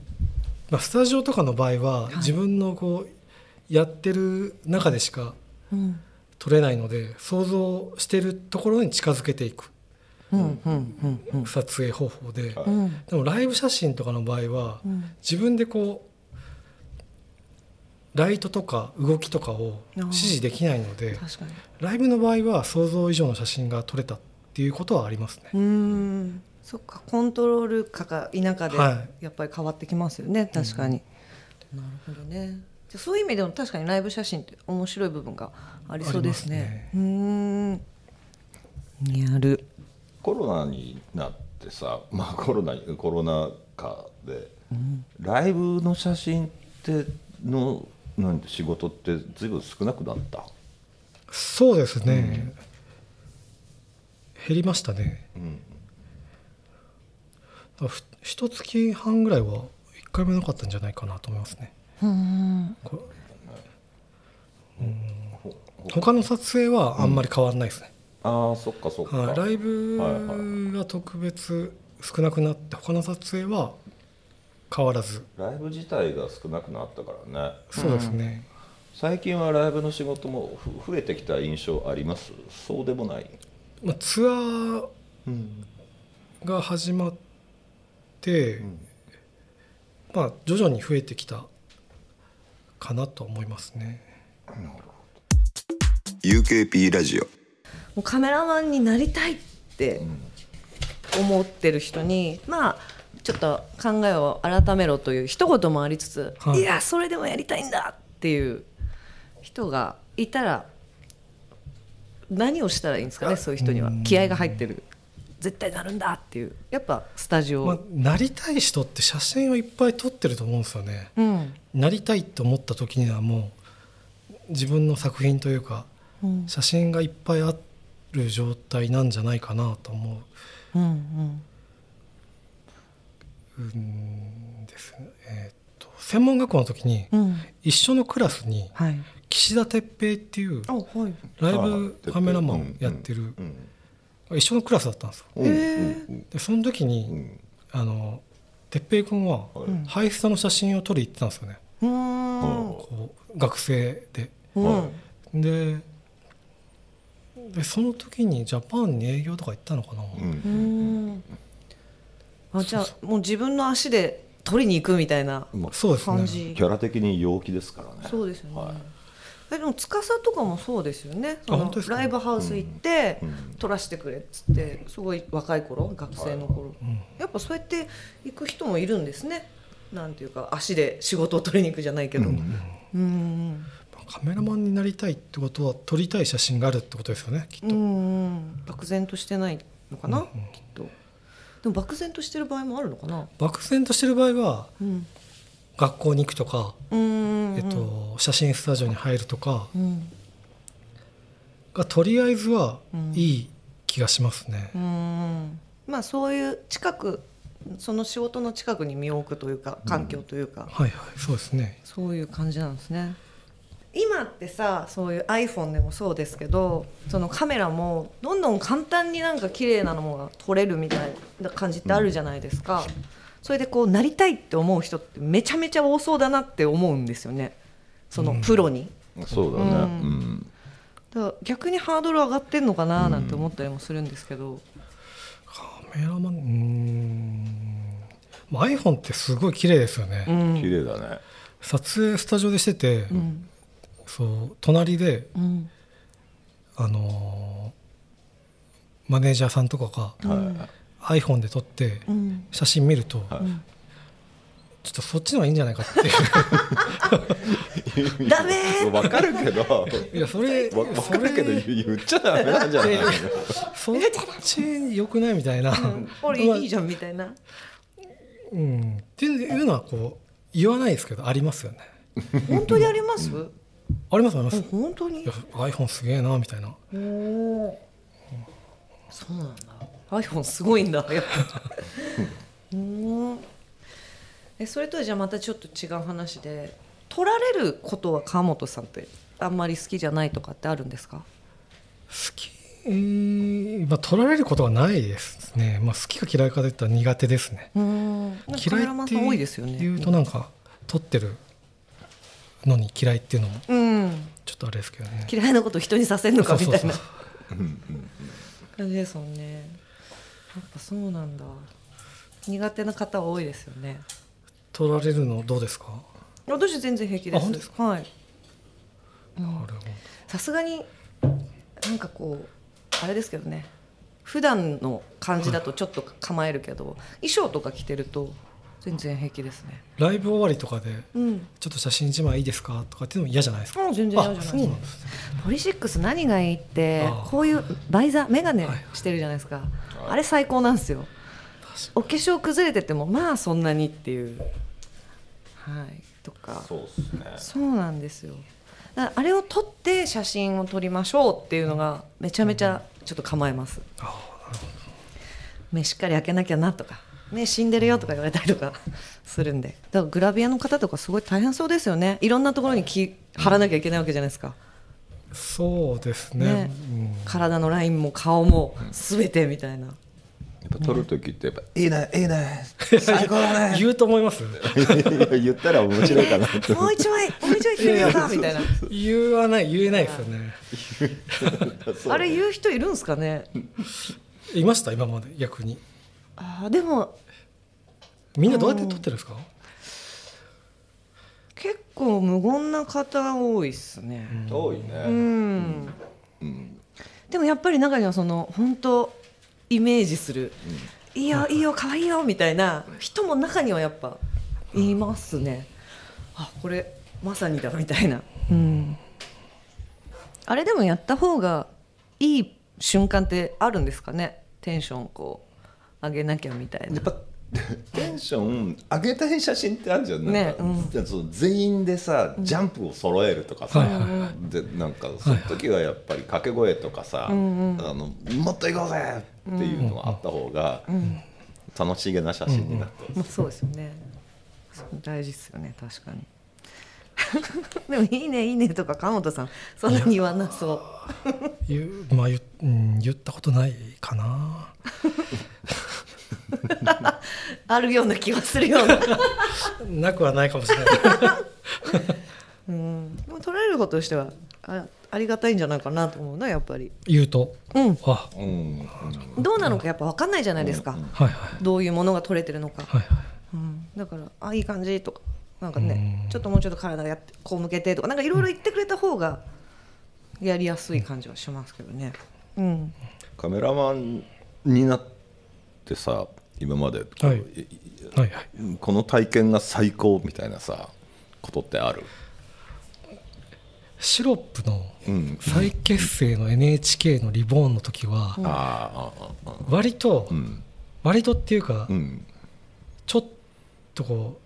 Speaker 3: まあ、スタジオとかの場合は自分のこうやってる中でしか
Speaker 2: うん
Speaker 3: 撮れないので想像してるところに近づけていく
Speaker 2: うんうんうんうん
Speaker 3: 撮影方法で
Speaker 1: は
Speaker 2: うん
Speaker 3: でもライブ写真とかの場合は
Speaker 2: うん
Speaker 3: 自分でこうライトとか動きとかを指示できないので
Speaker 2: 確かに
Speaker 3: ライブの場合は想像以上の写真が撮れたっていうことはありますね
Speaker 2: う。ーんそっかコントロールかか否かで
Speaker 3: は
Speaker 2: やっぱり変わってきますよね、確かに、なるほどねじゃあそういう意味でも確かにライブ写真って面白い部分がありそうですねうーんやる
Speaker 1: コロナになってさ、 まあ、コロナコロナ禍で、ライブの写真ってのなんて仕事ってずいぶん少なくなった、
Speaker 3: そうですね、減りましたね
Speaker 1: うん、
Speaker 3: だからふ一月半ぐらいは一回もなかったんじゃないかなと思いますね
Speaker 2: うん
Speaker 3: こうん他の撮影はあんまり変わらないですね、
Speaker 1: ああそっかそっか、
Speaker 3: はいライ
Speaker 1: はい
Speaker 3: ブが特別少なくなって他の撮影は変わらず
Speaker 1: ライブ自体が少なくなったからね
Speaker 3: そうですね、
Speaker 1: 最近はライブの仕事もふ増えてきた印象ありますそうでもない、
Speaker 3: まあ、ツアー
Speaker 1: うん
Speaker 3: が始まって、
Speaker 1: ん
Speaker 3: まあ徐々に増えてきたかなと思いますね
Speaker 4: UKP ラジオ
Speaker 2: もうカメラマンになりたいって思ってる人にまあちょっと考えを改めろという一言もありつつ、、
Speaker 3: はいい
Speaker 2: やそれでもやりたいんだっていう人がいたら何をしたらいいんですかねそういう人には
Speaker 3: うん
Speaker 2: 気合が入ってる絶対なるんだっていうやっぱスタジオ、
Speaker 3: まあ、なりたい人って写真をいっぱい撮ってると思うんですよね
Speaker 2: うん
Speaker 3: なりたいと思った時にはもう自分の作品というか
Speaker 2: うん
Speaker 3: 写真がいっぱいある状態なんじゃないかなと思
Speaker 2: うんうん
Speaker 3: うんですねえーっと専門学校の時に
Speaker 2: うん
Speaker 3: 一緒のクラスに
Speaker 2: はい
Speaker 3: 岸田哲平っていう
Speaker 2: あはい
Speaker 3: ライブカメラマンをやってる
Speaker 1: うん
Speaker 3: 一緒のクラスだったんですよ
Speaker 1: うんうん
Speaker 3: でその時
Speaker 1: う
Speaker 3: に
Speaker 1: ん
Speaker 3: あの哲平君は
Speaker 1: はい
Speaker 2: うん
Speaker 3: ハイスタの写真を撮りに行ってたんですよね
Speaker 2: うーん
Speaker 3: こう学生で
Speaker 2: うん
Speaker 3: ででその時にジャパンに営業とか行ったのかな、
Speaker 1: うんうん
Speaker 2: うんあじゃあもう自分の足で取りに行くみたいな
Speaker 1: まあ
Speaker 3: そうですね
Speaker 2: 感じ、
Speaker 1: キャラ的に陽気ですからね
Speaker 2: そうですよね、
Speaker 1: はい
Speaker 2: えでも司とかもそうですよねそ
Speaker 3: 本
Speaker 2: の
Speaker 3: 当ですか
Speaker 2: ライブハウス行って、
Speaker 1: うんうん
Speaker 2: 撮らせてくれっつってすごい若い頃学生の頃、
Speaker 3: うん
Speaker 2: やっぱそうやって行く人もいるんですねなんていうか足で仕事を取りに行くじゃないけど、うんうん
Speaker 3: まあカメラマンになりたいってことは撮りたい写真があるってことですよねきっと、
Speaker 2: うんうん漠然としてないのかな、
Speaker 3: うんうん
Speaker 2: きっとでも漠然としてる場合もあるのかな
Speaker 3: 漠然としてる場合は
Speaker 2: うん
Speaker 3: 学校に行くとか、
Speaker 2: うんうんうん
Speaker 3: えっと、写真スタジオに入るとか
Speaker 2: うん
Speaker 3: がとりあえずは
Speaker 2: うん
Speaker 3: いい気がしますね、
Speaker 2: うんまあそういう近くその仕事の近くに身を置くというか環境というか、
Speaker 3: はいはいそうですね
Speaker 2: そういう感じなんですね今ってさそういう iPhone でもそうですけどそのカメラもどんどん簡単になんか綺麗なのが撮れるみたいな感じってあるじゃないですか、それでこうなりたいって思う人ってめちゃめちゃ多そうだなって思うんですよねそのプロに。
Speaker 1: そうだね、
Speaker 2: う
Speaker 1: うん
Speaker 2: だから逆にハードル上がってんのかななんて思ったりもするんですけど、
Speaker 3: カメラマンうーん、まあ、iPhone ってすごい綺麗ですよね、
Speaker 2: うん
Speaker 1: 綺麗だね
Speaker 3: 撮影スタジオでしてて、
Speaker 2: うん
Speaker 3: そう隣で
Speaker 2: うん
Speaker 3: あのーマネージャーさんとか
Speaker 1: はい、
Speaker 3: が iPhone で撮って
Speaker 2: うん
Speaker 3: 写真見ると、
Speaker 1: はい
Speaker 3: ちょっとそっちの方がいいんじゃないかっていう
Speaker 2: ダメ ー
Speaker 1: わかるけどわ
Speaker 3: いやそれ
Speaker 1: わ
Speaker 3: そ
Speaker 1: かるけど
Speaker 3: れ
Speaker 1: 言言っちゃダメなんじゃないの
Speaker 3: そっち良くないみたいな、
Speaker 2: これいいじゃんみたいな
Speaker 3: うん、っていうのはこう言わないですけどありますよね
Speaker 2: 本当にあります、
Speaker 3: ありますあります、
Speaker 2: うん
Speaker 3: い
Speaker 2: 本当に
Speaker 3: や iPhone すげえなみたいな
Speaker 2: おーそうなんだ iPhone すごいんだやっぱうんえそれとはじゃあまたちょっと違う話で撮られることは川本さんってあんまり好きじゃないとかってあるんですか
Speaker 3: 好き、えーまあ、取られることはないですね、まあ、好きか嫌いかで言ったら苦手ですね
Speaker 2: うんなんかカ
Speaker 3: 嫌い
Speaker 2: メラマ
Speaker 3: っ
Speaker 2: ン
Speaker 3: て
Speaker 2: さん多いですよね
Speaker 3: いうとなんか撮ってるのに嫌いっていうのも
Speaker 2: うん
Speaker 3: ちょっとあれですけどね
Speaker 2: 嫌いなことを人にさせるのかみたい
Speaker 3: そう
Speaker 2: な
Speaker 3: そう
Speaker 2: 感じですもんねやっぱそうなんだ苦手な方多いですよね
Speaker 3: 撮られるのどうですか
Speaker 2: 私全然平気で
Speaker 3: あ本当です
Speaker 2: はい
Speaker 3: なるほ
Speaker 2: さすがになんかこうあれですけどね普段の感じだとちょっと構えるけど、衣装とか着てると全然平気ですね
Speaker 3: どライブ終わりとかで
Speaker 2: うん
Speaker 3: ちょっと写真一枚いいですかとかっていうのも嫌じゃないですか
Speaker 2: あ全然嫌じゃない
Speaker 3: あそうなんですね
Speaker 2: ポリシックス何がいいって
Speaker 3: あー
Speaker 2: こういうバイザー眼鏡
Speaker 3: はい
Speaker 2: してるじゃないですか、あれ最高なんですよお化粧崩れててもまあそんなにっていうはいとか
Speaker 1: そうですね
Speaker 2: そうなんですよだからあれを撮って写真を撮りましょうっていうのがめちゃめちゃちょっと構えます、
Speaker 3: あなるほ
Speaker 2: 目しっかり開けなきゃなとか目死んでるよとか言われたりとか するんでだからグラビアの方とかすごい大変そうですよねいろんなところに気張らなきゃいけないわけじゃないですか、
Speaker 3: どそうですね
Speaker 2: ね
Speaker 3: うん
Speaker 2: 体のラインも顔も全てみたいな、
Speaker 1: やっぱ撮る時ってやっぱ「いいねいいね 最高だね」
Speaker 3: 言うと思います
Speaker 1: 言ったら面白いかなって
Speaker 2: もう一枚もう一枚着てみようかみたいな
Speaker 3: 言わない言えないですよね
Speaker 2: あれ言う人いるんですかね
Speaker 3: いました今まで逆に
Speaker 2: あーでも
Speaker 3: みんなどうやって撮ってるんですか、
Speaker 2: 結構無言な方多いっすね、
Speaker 1: 多い
Speaker 2: うん
Speaker 1: ね
Speaker 2: でもやっぱり中にはその本当イメージする、いいよいいよ可愛いよみたいな人も中にはやっぱいますね、あこれまさにだみたいな、うんあれでもやった方がいい瞬間ってあるんですかねテンションこう上げなきゃみたい
Speaker 1: や
Speaker 2: な
Speaker 1: っぱテンション上げたい写真ってあるじゃんなんか
Speaker 2: ねうん
Speaker 1: じゃあその全員でさジャンプを揃えるとかさ、
Speaker 3: はいはい
Speaker 1: でなんかその時はやっぱり掛け声とかさ、あのもっと行こうぜっていうのがあった方が楽しげな写真になって、
Speaker 2: まあ、そうですよねそう大事ですよね確かに でも「いいねいいね」とか川本さんそんなに言わなそう
Speaker 3: 言うまあ言,、うん、言ったことないかな
Speaker 2: あるような気がするような
Speaker 3: なくはないかもしれない
Speaker 2: うんでも取られることとしてはあありがたいんじゃないかなと思うなやっぱり
Speaker 3: 言うと
Speaker 2: うん
Speaker 3: あ
Speaker 1: うん
Speaker 2: どうなのかやっぱ分かんないじゃないですか、
Speaker 3: はいはい
Speaker 2: どういうものが取れてるのか、
Speaker 3: はいはい
Speaker 2: うん、だから「あいい感じ」とかなんかね、ちょっともうちょっと体やってこう向けてとかなんかいろいろ言ってくれた方がやりやすい感じはしますけどねうん
Speaker 1: カメラマンになってさ今まで、
Speaker 3: はいはいはい
Speaker 1: この体験が最高みたいなさことってある
Speaker 3: シロップの
Speaker 1: うん
Speaker 3: 再結成の NHK のリボーンの時は
Speaker 1: あああああ
Speaker 3: 割と、
Speaker 1: うん
Speaker 3: 割とっていうか、
Speaker 1: うん
Speaker 3: ちょっとこう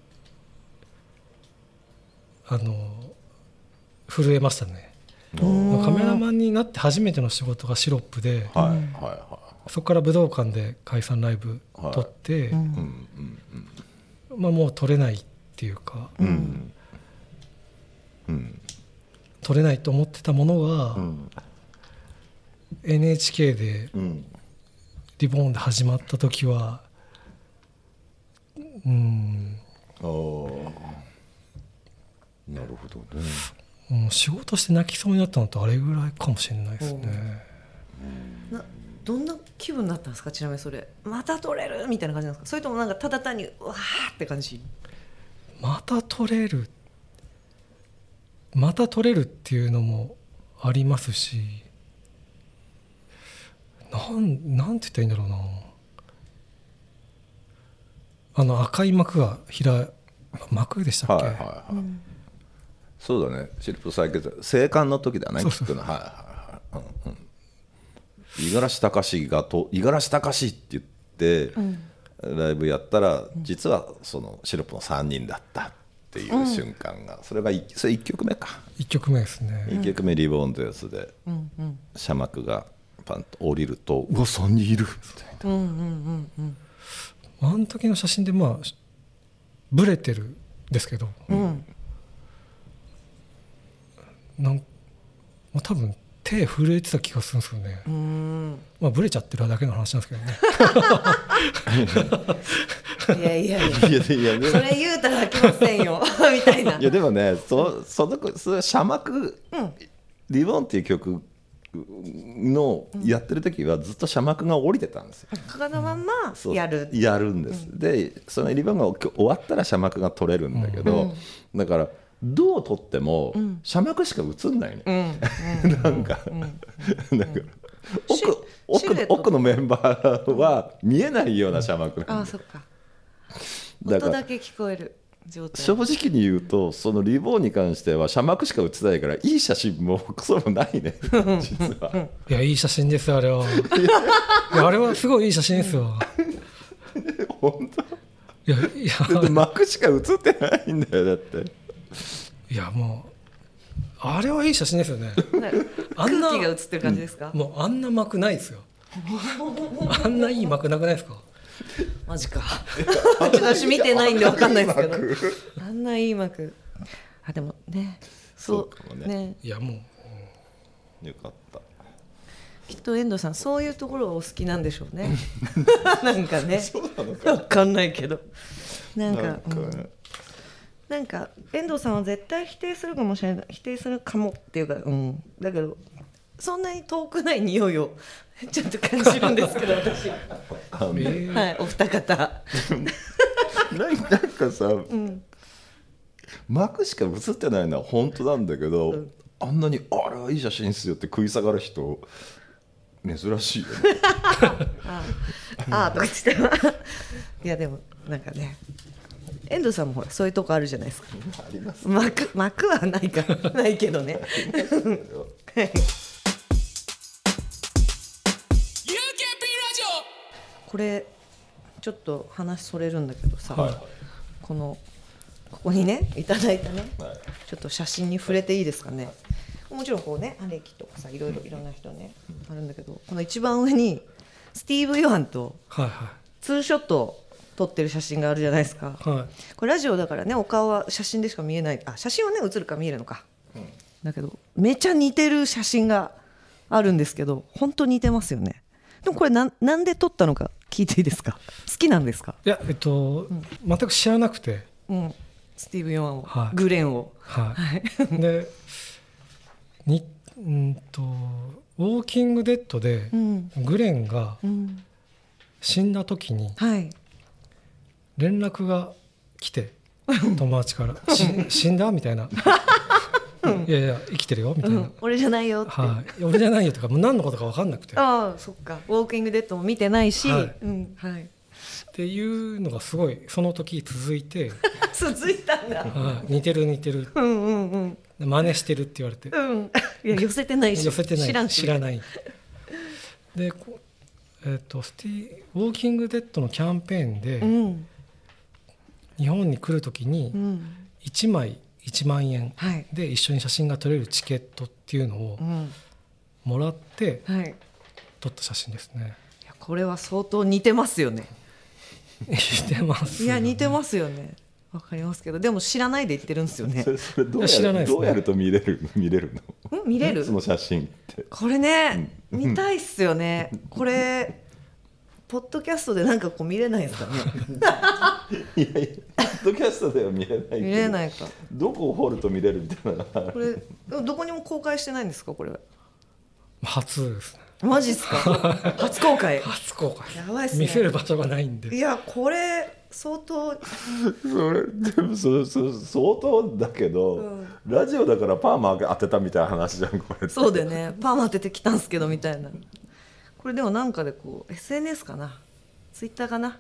Speaker 3: あの震えましたね
Speaker 2: うん
Speaker 3: カメラマンになって初めての仕事がシロップで、
Speaker 1: はいは
Speaker 3: そこから武道館で解散ライブ撮って、
Speaker 1: いはいうんうん
Speaker 3: まあ、もう撮れないっていうか
Speaker 1: うんうん
Speaker 3: 撮れないと思ってたものが、
Speaker 1: うん
Speaker 3: NHK で
Speaker 1: うん
Speaker 3: リボーンで始まった時はうん
Speaker 1: あーなるほどね
Speaker 3: もう仕事して泣きそうになったのとあれぐらいかもしれないですね。
Speaker 2: などんな気分だったんですかちなみにそれまた取れるみたいな感じなんですかそれともなんかただ単にうわーって感じ
Speaker 3: また取れるまた取れるっていうのもありますしなんなんて言ったらいいんだろうなあの赤い幕が開幕でした
Speaker 1: はい
Speaker 3: っ
Speaker 1: は
Speaker 3: け、
Speaker 1: いはい、そうだねシルプサイケル生還の時だね
Speaker 3: そう
Speaker 1: き
Speaker 3: そ
Speaker 1: っ
Speaker 3: う
Speaker 1: とねはいはいはいうんうん五十嵐隆がと五十嵐隆って言って、ライブやったら実はそのシルプの3人だったっていう瞬間が、それがいそれ1曲目か
Speaker 3: 一曲目ですね、
Speaker 1: 1曲目「リボーンというやつで
Speaker 2: うんうん
Speaker 1: 車幕がパンと降りる と「うわ3人いる」みたいな。
Speaker 2: うんうんうん
Speaker 3: あの時の写真でまあブレてるんですけど、
Speaker 2: うんうん
Speaker 3: なんまあ、多分手震えてた気がするんですよね、まあブレちゃってるだけの話なんですけどね
Speaker 2: いやいやいや
Speaker 1: いやいや で
Speaker 2: そ
Speaker 1: も
Speaker 2: れ言うたら飽きませんよ みたいない
Speaker 1: やでもねそそのその車幕、リボンっていう曲のやってる時はずっと車幕が降りてたんですよ。
Speaker 2: かのまんま
Speaker 1: そう
Speaker 2: やる
Speaker 1: やるんです、でそのリボンが終わったら車幕が取れるんだけど、だからどう撮っても車幕しか映んないね、 なんか、だから
Speaker 2: シ
Speaker 1: 奥
Speaker 2: シ
Speaker 1: 奥
Speaker 2: ル
Speaker 1: の
Speaker 2: エット
Speaker 1: 奥のメンバーは見えないような車幕
Speaker 2: あ
Speaker 1: なん
Speaker 2: あ
Speaker 1: で
Speaker 2: そっか
Speaker 1: だ
Speaker 2: 音
Speaker 1: から
Speaker 2: だけ聞こえる状態
Speaker 1: 正直に言うとそのリボーンに関しては車幕しか映ってないからいい写真もクソもないね実はい
Speaker 3: やいい写真ですよあれはいやあれはすごいいい写真ですよ
Speaker 1: 本
Speaker 3: いやいや
Speaker 1: 当だって幕しか映ってないんだよだって
Speaker 3: いやもうあれはいい写真ですよね
Speaker 2: ね
Speaker 3: あ
Speaker 2: 空
Speaker 3: んな
Speaker 2: 気が映ってる感じですか、
Speaker 3: もうあんな幕ないですよあんないい幕なくないですか
Speaker 2: マジ か私見てないんでわかんないですけどあんないい幕あでもねそう
Speaker 1: そうかもね
Speaker 2: ね
Speaker 3: いやもう
Speaker 1: よかった
Speaker 2: きっと遠藤さんそういうところがお好きなんでしょ うねなんかね
Speaker 1: そうなのか
Speaker 2: わかんないけどなんか
Speaker 1: なんか
Speaker 2: うんなんか遠藤さんは絶対否定するかもしれない否定するかもっていうか、うん、だけどそんなに遠くない匂いをちょっと感じるんですけど私、はい、お二 方
Speaker 1: なんかなんかさ、幕しか映ってないのは本当なんだけど、あんなに「あれはいい写真っすよ」って食い下がる人珍しいよね
Speaker 2: ああとか言っていやでもなんかね遠藤さんもほらそういうとこあるじゃないですか
Speaker 1: あります
Speaker 2: 幕幕はないかないけどねはいこれちょっと話それるんだけどさ、
Speaker 3: はい
Speaker 2: このここにねいただいたね、
Speaker 1: はい
Speaker 2: ちょっと写真に触れていいですかね、もちろんこうねアレキとかさいろいろいろんな人ね、あるんだけどこの一番上にスティーブ・ヨハンと
Speaker 3: はいは
Speaker 2: ツーショットを撮ってる写真があるじゃないですか、
Speaker 3: いはい
Speaker 2: これラジオだからねお顔は写真でしか見えないあ写真はね映るから見えるのか、だけどめちゃ似てる写真があるんですけど本当似てますよねでもこれなんなんで撮ったのか聞いていいですか好きなんですか、
Speaker 3: いやえっと、全く知らなくて
Speaker 2: うん、スティーブ・ヨアンを、
Speaker 3: はい
Speaker 2: グレンを
Speaker 3: はい、でにうんとウォーキングデッドで、
Speaker 2: うん
Speaker 3: グレンが
Speaker 2: うん
Speaker 3: 死んだ時に
Speaker 2: はい
Speaker 3: 連絡が来て友達から「し死んだ?」みたいな「いやいや生きてるよ」みた
Speaker 2: う
Speaker 3: いな「
Speaker 2: ん、俺じゃないよって、
Speaker 3: はい、俺じゃないよ」とかもう何のことか分かんなくてっ
Speaker 2: ああそっかウォーキングデッドも見てないし、
Speaker 3: はい
Speaker 2: うんはい、
Speaker 3: ていうのがすごいその時続いて、
Speaker 2: 続いたんだ
Speaker 3: はい、似てる似てる
Speaker 2: うんうんうん
Speaker 3: 真似してるって言われて
Speaker 2: うん いや寄せてないし
Speaker 3: 寄せてない
Speaker 2: 知らん
Speaker 3: 知ら
Speaker 2: い
Speaker 3: ないでこえっ、とスティウォーキングデッドのキャンペーンで、
Speaker 2: うん
Speaker 3: 日本に来る時に
Speaker 2: うん
Speaker 3: 1枚1万円
Speaker 2: はい
Speaker 3: で一緒に写真が撮れるチケットっていうのを
Speaker 2: うん
Speaker 3: もらって
Speaker 2: はい、いや
Speaker 3: 撮った写真です ね
Speaker 2: これは相当似てますよね。
Speaker 3: 似てます
Speaker 2: いや似て
Speaker 3: ま
Speaker 2: ますよね。わかりますけど、でも知らないで言ってるんですよね
Speaker 1: そ。れそれどうや
Speaker 3: 知らない
Speaker 1: る
Speaker 3: ですね
Speaker 1: どうやると見れる見れるの
Speaker 2: ん見れる
Speaker 1: そ？の写真って
Speaker 2: これね、見たいっすよね。これポッドキャストでなんかこう見れないですか ね
Speaker 1: いやいやポッドキャストでは見れないけど
Speaker 2: 見れないか
Speaker 1: どこを掘ると見れるみたいな
Speaker 2: これでもどこにも公開してないんですかこれ
Speaker 3: 初ですね
Speaker 2: マジっすか初公 開
Speaker 3: 初公開
Speaker 2: やばいっすね
Speaker 3: 見せる場所がないんで
Speaker 2: いやこれ相当
Speaker 1: それでもそそ相当だけど、
Speaker 2: うん
Speaker 1: ラジオだからパーマ当てたみたいな話じゃんこれ
Speaker 2: そうだよねパーマ当ててきたんすけどみたいなこれでもなんかでこう SNS かなツイッターかな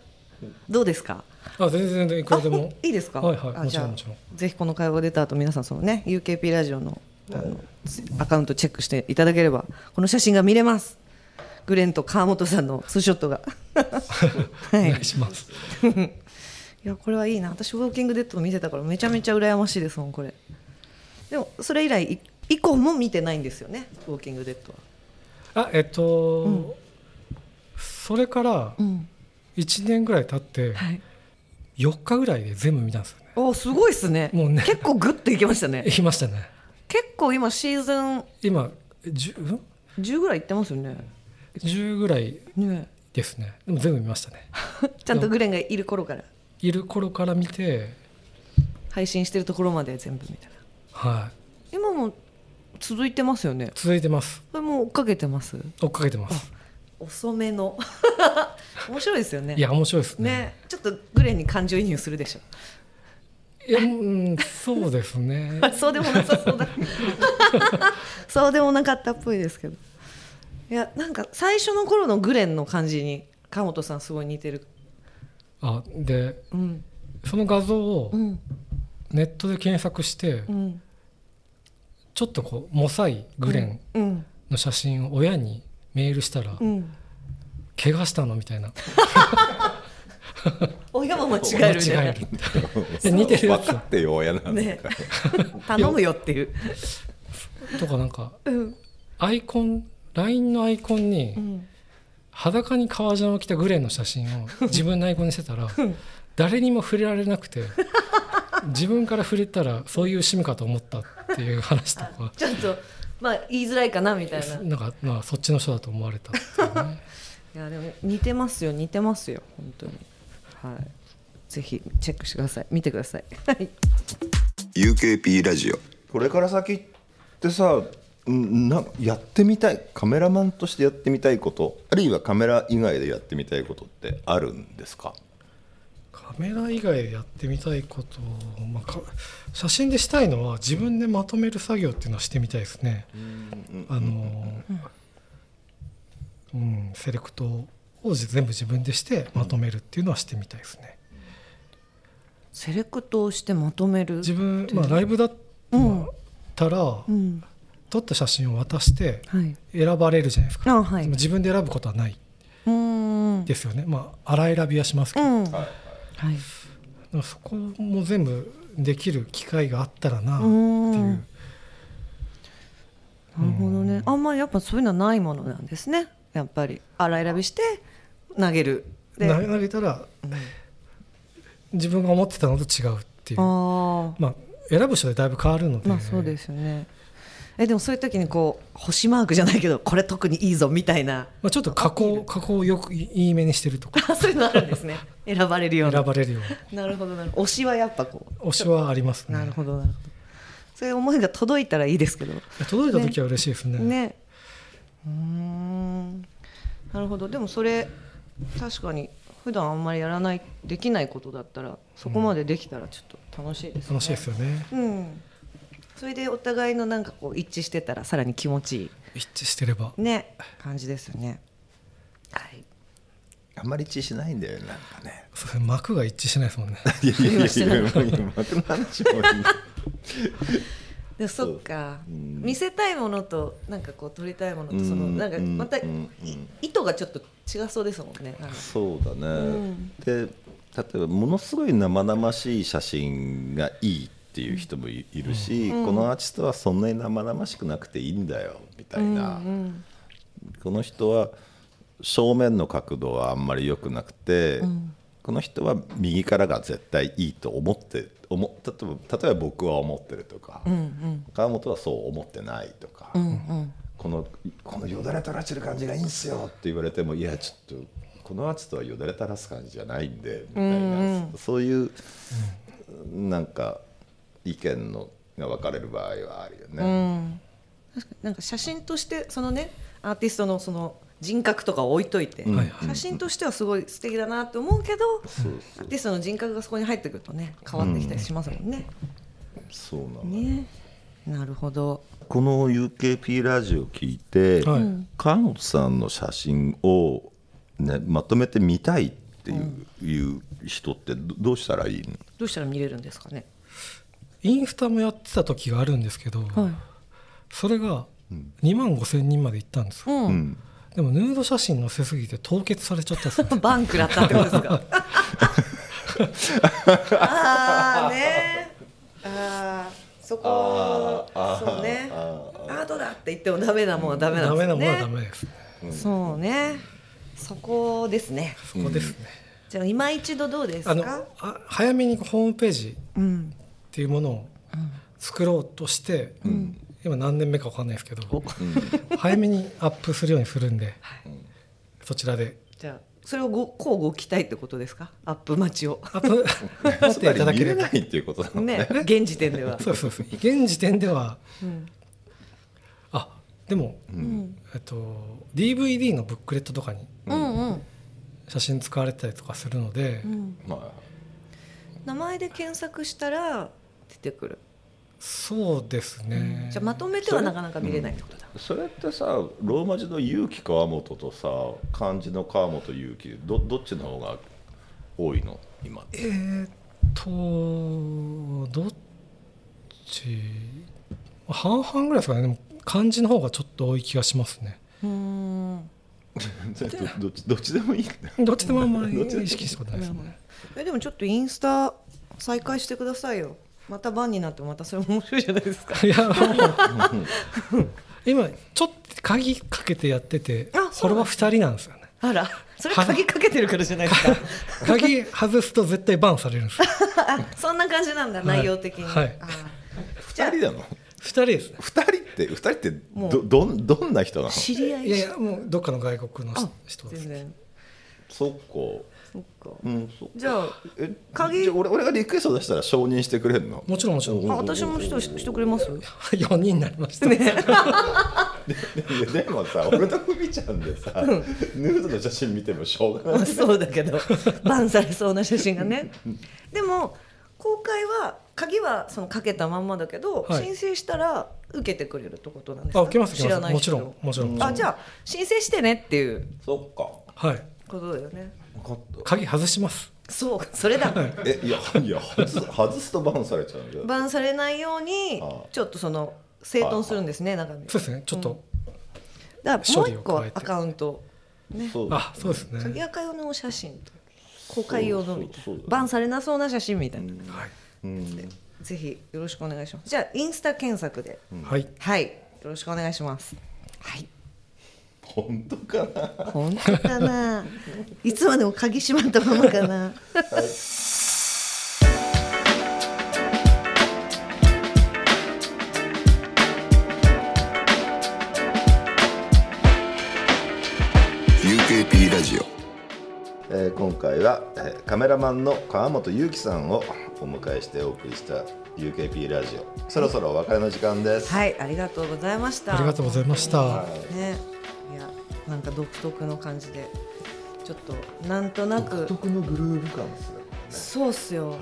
Speaker 2: どうですか
Speaker 3: あ全然全然いくらでも
Speaker 2: あいいですか
Speaker 3: はいはい
Speaker 2: あ
Speaker 3: もち
Speaker 2: じゃ
Speaker 3: ろ
Speaker 2: あ
Speaker 3: んもちろん
Speaker 2: ぜひこの会話が出た後皆さんそのね UKP ラジオのあのツイアカウントチェックしていただければこの写真が見れますグレンと川本さんのツーショットが は
Speaker 3: お
Speaker 2: い
Speaker 3: 願いします
Speaker 2: いやこれはいいな私ウォーキングデッドを見てたからめちゃめちゃ羨ましいですもんこれでもそれ以来い以降も見てないんですよねウォーキングデッドは
Speaker 3: あえっと、それから
Speaker 2: ん
Speaker 3: 1年ぐらい経って
Speaker 2: はい
Speaker 3: 4日ぐらいで全部見たんですよね
Speaker 2: おすごいですね
Speaker 3: もうね
Speaker 2: 結構グッといきましたね
Speaker 3: 行きましたね
Speaker 2: 結構今シーズン
Speaker 3: 今 10, ん
Speaker 2: 10ぐらいいってますよね
Speaker 3: 10ぐらい
Speaker 2: ね
Speaker 3: ですねでも全部見ましたね
Speaker 2: えちゃんとグレンがいる頃から
Speaker 3: いる頃から見て
Speaker 2: 配信してるところまで全部みたいな
Speaker 3: はい
Speaker 2: 今も続いてますよね
Speaker 3: 続いてます
Speaker 2: それも追っかけてます
Speaker 3: 追っかけてます
Speaker 2: 遅めの 面白いですよね
Speaker 3: いや面白いですね
Speaker 2: ねちょっとグレンに感情移入するでしょ
Speaker 3: いやうんそうで すね
Speaker 2: そうでもなさそう だそうでもなかったっぽいですけどいやなんか最初の頃のグレンの感じに川本さんすごい似てる
Speaker 3: あで
Speaker 2: うん
Speaker 3: その画像を
Speaker 2: うん
Speaker 3: ネットで検索して
Speaker 2: うん
Speaker 3: ちょっとこうモサイグレン
Speaker 2: うん
Speaker 3: の写真を親にメールしたら
Speaker 2: うん
Speaker 3: 「怪我したの?」みたいな
Speaker 2: 親も間違
Speaker 3: 間
Speaker 2: える
Speaker 3: 違え
Speaker 2: ね
Speaker 3: るみたいな似てるや
Speaker 1: 分か
Speaker 3: つ
Speaker 1: ってよ親なんだから、
Speaker 2: ね頼むよっていう
Speaker 3: とかなんか
Speaker 2: うん
Speaker 3: アイコン LINE のアイコンに
Speaker 2: うん
Speaker 3: 裸に革ジャンを着たグレンの写真を自分のアイコンにしてたら誰にも触れられなくて自分から触れたらそういう趣味かと思ったっていう話 とか
Speaker 2: ちょっとまあ言いづらいかなみたいない
Speaker 3: なんかまあそっちの人だと思われたっていうね
Speaker 2: やでも似てますよ似てますよ本当にはいぜひチェックしてください見てくださいはい
Speaker 4: UKP ラジオ
Speaker 1: これから先ってさんなやってみたいカメラマンとしてやってみたいことあるいはカメラ以外でやってみたいことってあるんですか
Speaker 3: カメラ以外でやってみたいことを、まあ、か写真でしたいのは自分でまとめる作業っていうのはしてみたいですね。あのうん、セレクトを全部自分でしてまとめるっていうのはしてみたいですね。
Speaker 2: セレクトをしてまとめる
Speaker 3: 自分、まあ、ライブだったら、
Speaker 2: うん
Speaker 3: 撮った写真を渡して
Speaker 2: はい
Speaker 3: 選ばれるじゃないですか、
Speaker 2: あはい
Speaker 3: でも自分で選ぶことはないう
Speaker 2: ーん
Speaker 3: ですよね、まあ荒選びはしますけ
Speaker 2: う
Speaker 3: ど、
Speaker 2: んはい
Speaker 3: そこも全部できる機会があったらなっていううん
Speaker 2: なるほどねあんまりやっぱそういうのはないものなんですねやっぱり洗い選びして投げるで
Speaker 3: 投げ投げたら、自分が思ってたのと違うっていう
Speaker 2: ああ
Speaker 3: まあ選ぶ人でだいぶ変わるので、
Speaker 2: まあそうですよねえでもそういう時にこう星マークじゃないけどこれ特にいいぞみたいな
Speaker 3: まあちょっと加工加工をよくいいい目にしてるとか
Speaker 2: そういうのあるんですね選ばれるよう
Speaker 3: 選
Speaker 2: な
Speaker 3: ばれるよう
Speaker 2: なるほどなるほど推しはやっぱこう
Speaker 3: な推しはありますね
Speaker 2: なるほどなるほどそういう思いが届いたらいいですけど
Speaker 3: 届いた時は嬉しいですね
Speaker 2: ねうーんなるほどでもそれ確かに普段あんまりやらないできないことだったらそこまでできたらちょっと楽しいですね、
Speaker 3: 楽しいですよね
Speaker 2: うんそれでお互いのなんかこう一致してたらさらに気持ちい
Speaker 3: 一致してれば
Speaker 2: いね感じですよねはい
Speaker 1: あんまり一致しないんだよねなんかね
Speaker 3: それ膜が一致しな いですもんね
Speaker 1: いやいやいやいやもう今なんでしょう
Speaker 2: でそっか、見せたいものとなんかこう撮りたいものとその
Speaker 1: うん
Speaker 2: なんかまたい
Speaker 1: うん
Speaker 2: 意図がちょっと違そうですもんねなんか
Speaker 1: そうだね、
Speaker 2: ん
Speaker 1: で例えばものすごい生々しい写真がいいっていう人もいいるし、このアーティストはそんなに生々しくなくていいんだよみたいな、この人は正面の角度はあんまり良くなくて、この人は右からが絶対いいと思って思例えば例えば僕は思ってるとか、川本はそう思ってないとか。このこのよだれ垂らしてる感じがいいんすよって言われてもいやちょっとこのアーティストはよだれ垂らす感じじゃないんでみたいなそういうなんか意見のが分かれる場合はあるよね。
Speaker 2: 確かになんか写真としてそのねアーティストのその人格とかを置いといて、
Speaker 1: うん
Speaker 3: はいはい
Speaker 2: 写真としてはすごい素敵だなと思うけど、アーティストの人格がそこに入ってくるとね変わってきたりしますもんね。
Speaker 1: そうなの
Speaker 2: ねなるほど。
Speaker 1: この UKP ラジオ聞いて、
Speaker 3: はいうん
Speaker 1: 川本さんの写真を、ね、まとめて見たいっていう,、いう人ってどどうしたらいいの
Speaker 2: どうしたら見れるんですかね。
Speaker 3: インスタもやってた時があるんですけど、
Speaker 2: はい。
Speaker 3: それが2万5千人まで行ったんですよ、
Speaker 2: う。
Speaker 1: うんん
Speaker 3: でもヌード写真載せすぎて凍結されちゃったんですよ
Speaker 2: バンクだったってことです か。ああね。ああそこそうね。アートだって言ってもダメなもんは ダメな
Speaker 3: ダ
Speaker 2: んですよ
Speaker 3: メなも
Speaker 2: ね。
Speaker 3: のはダメですね
Speaker 2: そうね。そこですね。
Speaker 3: そこですね、
Speaker 2: じゃあ今一度どうです
Speaker 3: あの
Speaker 2: か。
Speaker 3: あ早めにホームページ
Speaker 2: うん。
Speaker 3: っていうものを作ろうとして、今何年目か分かんないですけど、早めにアップするようにするんで、そちらで
Speaker 2: じゃあそれをごこうご期待ってことですか。アップ待ちを。
Speaker 3: アップ待ってい
Speaker 1: つ
Speaker 3: ただければ
Speaker 1: まり見れないっていうことなのね
Speaker 2: ね。現時点では。
Speaker 3: そうそうそう現時点では
Speaker 2: うん。
Speaker 3: あでも、
Speaker 2: うん。
Speaker 3: えっと、DVD のブックレットとかに
Speaker 2: うんうん。
Speaker 3: 写真使われたりとかするので、
Speaker 2: うん。
Speaker 1: ま
Speaker 2: 名前で検索したら出てくる、
Speaker 3: そうですね、
Speaker 2: じゃあまとめてはなかなか見れないってことだ、
Speaker 1: あ、それってさローマ字の「勇気川本」とさ漢字の「川本勇気」どどっちの方が多いの今
Speaker 3: えーっとどっち半々ぐらいですかねでも漢字の方がちょっと多い気がしますね
Speaker 2: うーん
Speaker 1: どどっちどっちでもいいんだよ
Speaker 3: どっちでもあんまり
Speaker 1: どっちでも
Speaker 3: 意識したことないですね
Speaker 2: えでもちょっとインスタ再開してくださいよまた番になってもまたそれ面白いじゃないですか
Speaker 3: いやもう 今ちょっと鍵かけてやってて
Speaker 2: あ
Speaker 3: フォ
Speaker 2: そう
Speaker 3: ロ
Speaker 2: な
Speaker 3: ワ
Speaker 2: ん
Speaker 3: ー2人なんですよね
Speaker 2: あらそれ鍵かけてるからじゃないですか
Speaker 3: 鍵外すと絶対バンされるんですよ
Speaker 2: あそんな感じなんだ、
Speaker 3: はい
Speaker 2: 内容的に、
Speaker 3: はい
Speaker 2: あじ
Speaker 1: 2
Speaker 2: ゃあ
Speaker 1: 人なの
Speaker 3: 2人ですね
Speaker 1: 2人って2人って
Speaker 2: も
Speaker 1: ど
Speaker 2: う
Speaker 1: どんどんな人なの
Speaker 2: 知り合い
Speaker 3: いやいやもうどっかの外国の
Speaker 2: あ
Speaker 3: 人です
Speaker 2: 全然
Speaker 1: そっか
Speaker 2: そっか
Speaker 1: うんそっか
Speaker 2: じゃあ
Speaker 1: え
Speaker 2: 鍵
Speaker 1: じゃあ俺俺がリクエスト出したら承認してくれるの
Speaker 3: もちろんもちろん
Speaker 2: あ私もしとししてくれます
Speaker 3: 4人になりました、
Speaker 1: いやでも さ俺とふみちゃんでさ、ヌードの写真見てもしょうがない
Speaker 2: まあそうだけ どバンされそうな写真がねでも公開は鍵はそのかけたまんまだけど、
Speaker 3: はい
Speaker 2: 申請したら受けてくれるってことなんですか
Speaker 3: あ受けます
Speaker 2: 知
Speaker 3: 受け
Speaker 2: らな
Speaker 3: ます
Speaker 2: い
Speaker 3: もち
Speaker 2: 人
Speaker 3: ろんもちろんもちろん
Speaker 2: あじゃあ申請してねっていう
Speaker 1: そっか
Speaker 3: はい
Speaker 2: ことだよね
Speaker 1: 分かった
Speaker 3: 鍵外します
Speaker 2: そうそれだ
Speaker 1: えいやいや外す外すとバンされちゃうんだよ
Speaker 2: バンされないように
Speaker 1: ああ
Speaker 2: ちょっとその整頓するんですね中身
Speaker 3: そうですねちょっと、
Speaker 2: だからもう一個
Speaker 3: 処理を加え
Speaker 2: ア
Speaker 3: て
Speaker 2: カウント
Speaker 1: そう
Speaker 3: あそうですね、
Speaker 2: 鍵アカ用のお写真と公開用のみた
Speaker 1: そそう
Speaker 2: いうな
Speaker 1: そう
Speaker 2: バンされなそうな写真みたいな
Speaker 3: はい、
Speaker 1: うん
Speaker 2: ぜひよろしくお願いしますじゃあインスタ検索で
Speaker 3: はい
Speaker 2: はい、よろしくお願いします。はい、
Speaker 1: 本当かな
Speaker 2: 本当かな。いつまでも鍵閉まったままかな。
Speaker 4: UKP ラジオ
Speaker 1: えー今回は、えーカメラマンの川本裕樹さんをお迎えしてお送りした UKP ラジオそろそろお別れの時間です、
Speaker 2: はい、ありがとうございました。
Speaker 3: ありがとうございました
Speaker 2: 本当にね、いや、なんか独特の感じで。ちょっと、なんとなく。
Speaker 1: のグルーヴ感ですよ
Speaker 2: そうっすよ。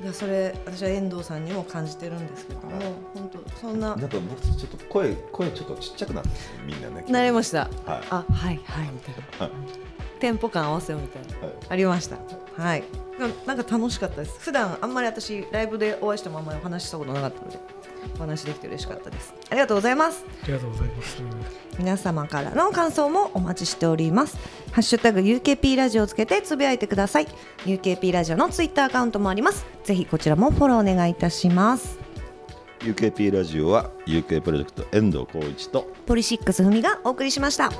Speaker 2: いや、それ、私は遠藤さんにも感じてるんですけども
Speaker 1: はい、
Speaker 2: 本当、そんな。
Speaker 1: なんか僕ちょっと声声ちょっとちっちゃくなってるみんなね
Speaker 2: 慣れました。
Speaker 1: はい
Speaker 2: あ、はい、はい、みたい
Speaker 1: は
Speaker 2: な。
Speaker 1: い
Speaker 2: テンポ感合わせようみたいな。
Speaker 1: はい
Speaker 2: ありました。はい。ななんか楽しかったです。普段あんまり私ライブでお会いしてもあんまりお話ししたことなかったので、お話できて嬉しかったです。ありがとうございます。
Speaker 3: ありがとうございます
Speaker 2: 皆様からの感想もお待ちしております。ハッシュタグ UKP ラジオをつけてつぶやいてください。UKP ラジオのツイッターアカウントもあります。ぜひこちらもフォローお願いいたします。
Speaker 1: UKP ラジオは UK プロジェクト遠藤浩一と
Speaker 2: ポリシックスふみがお送りしました。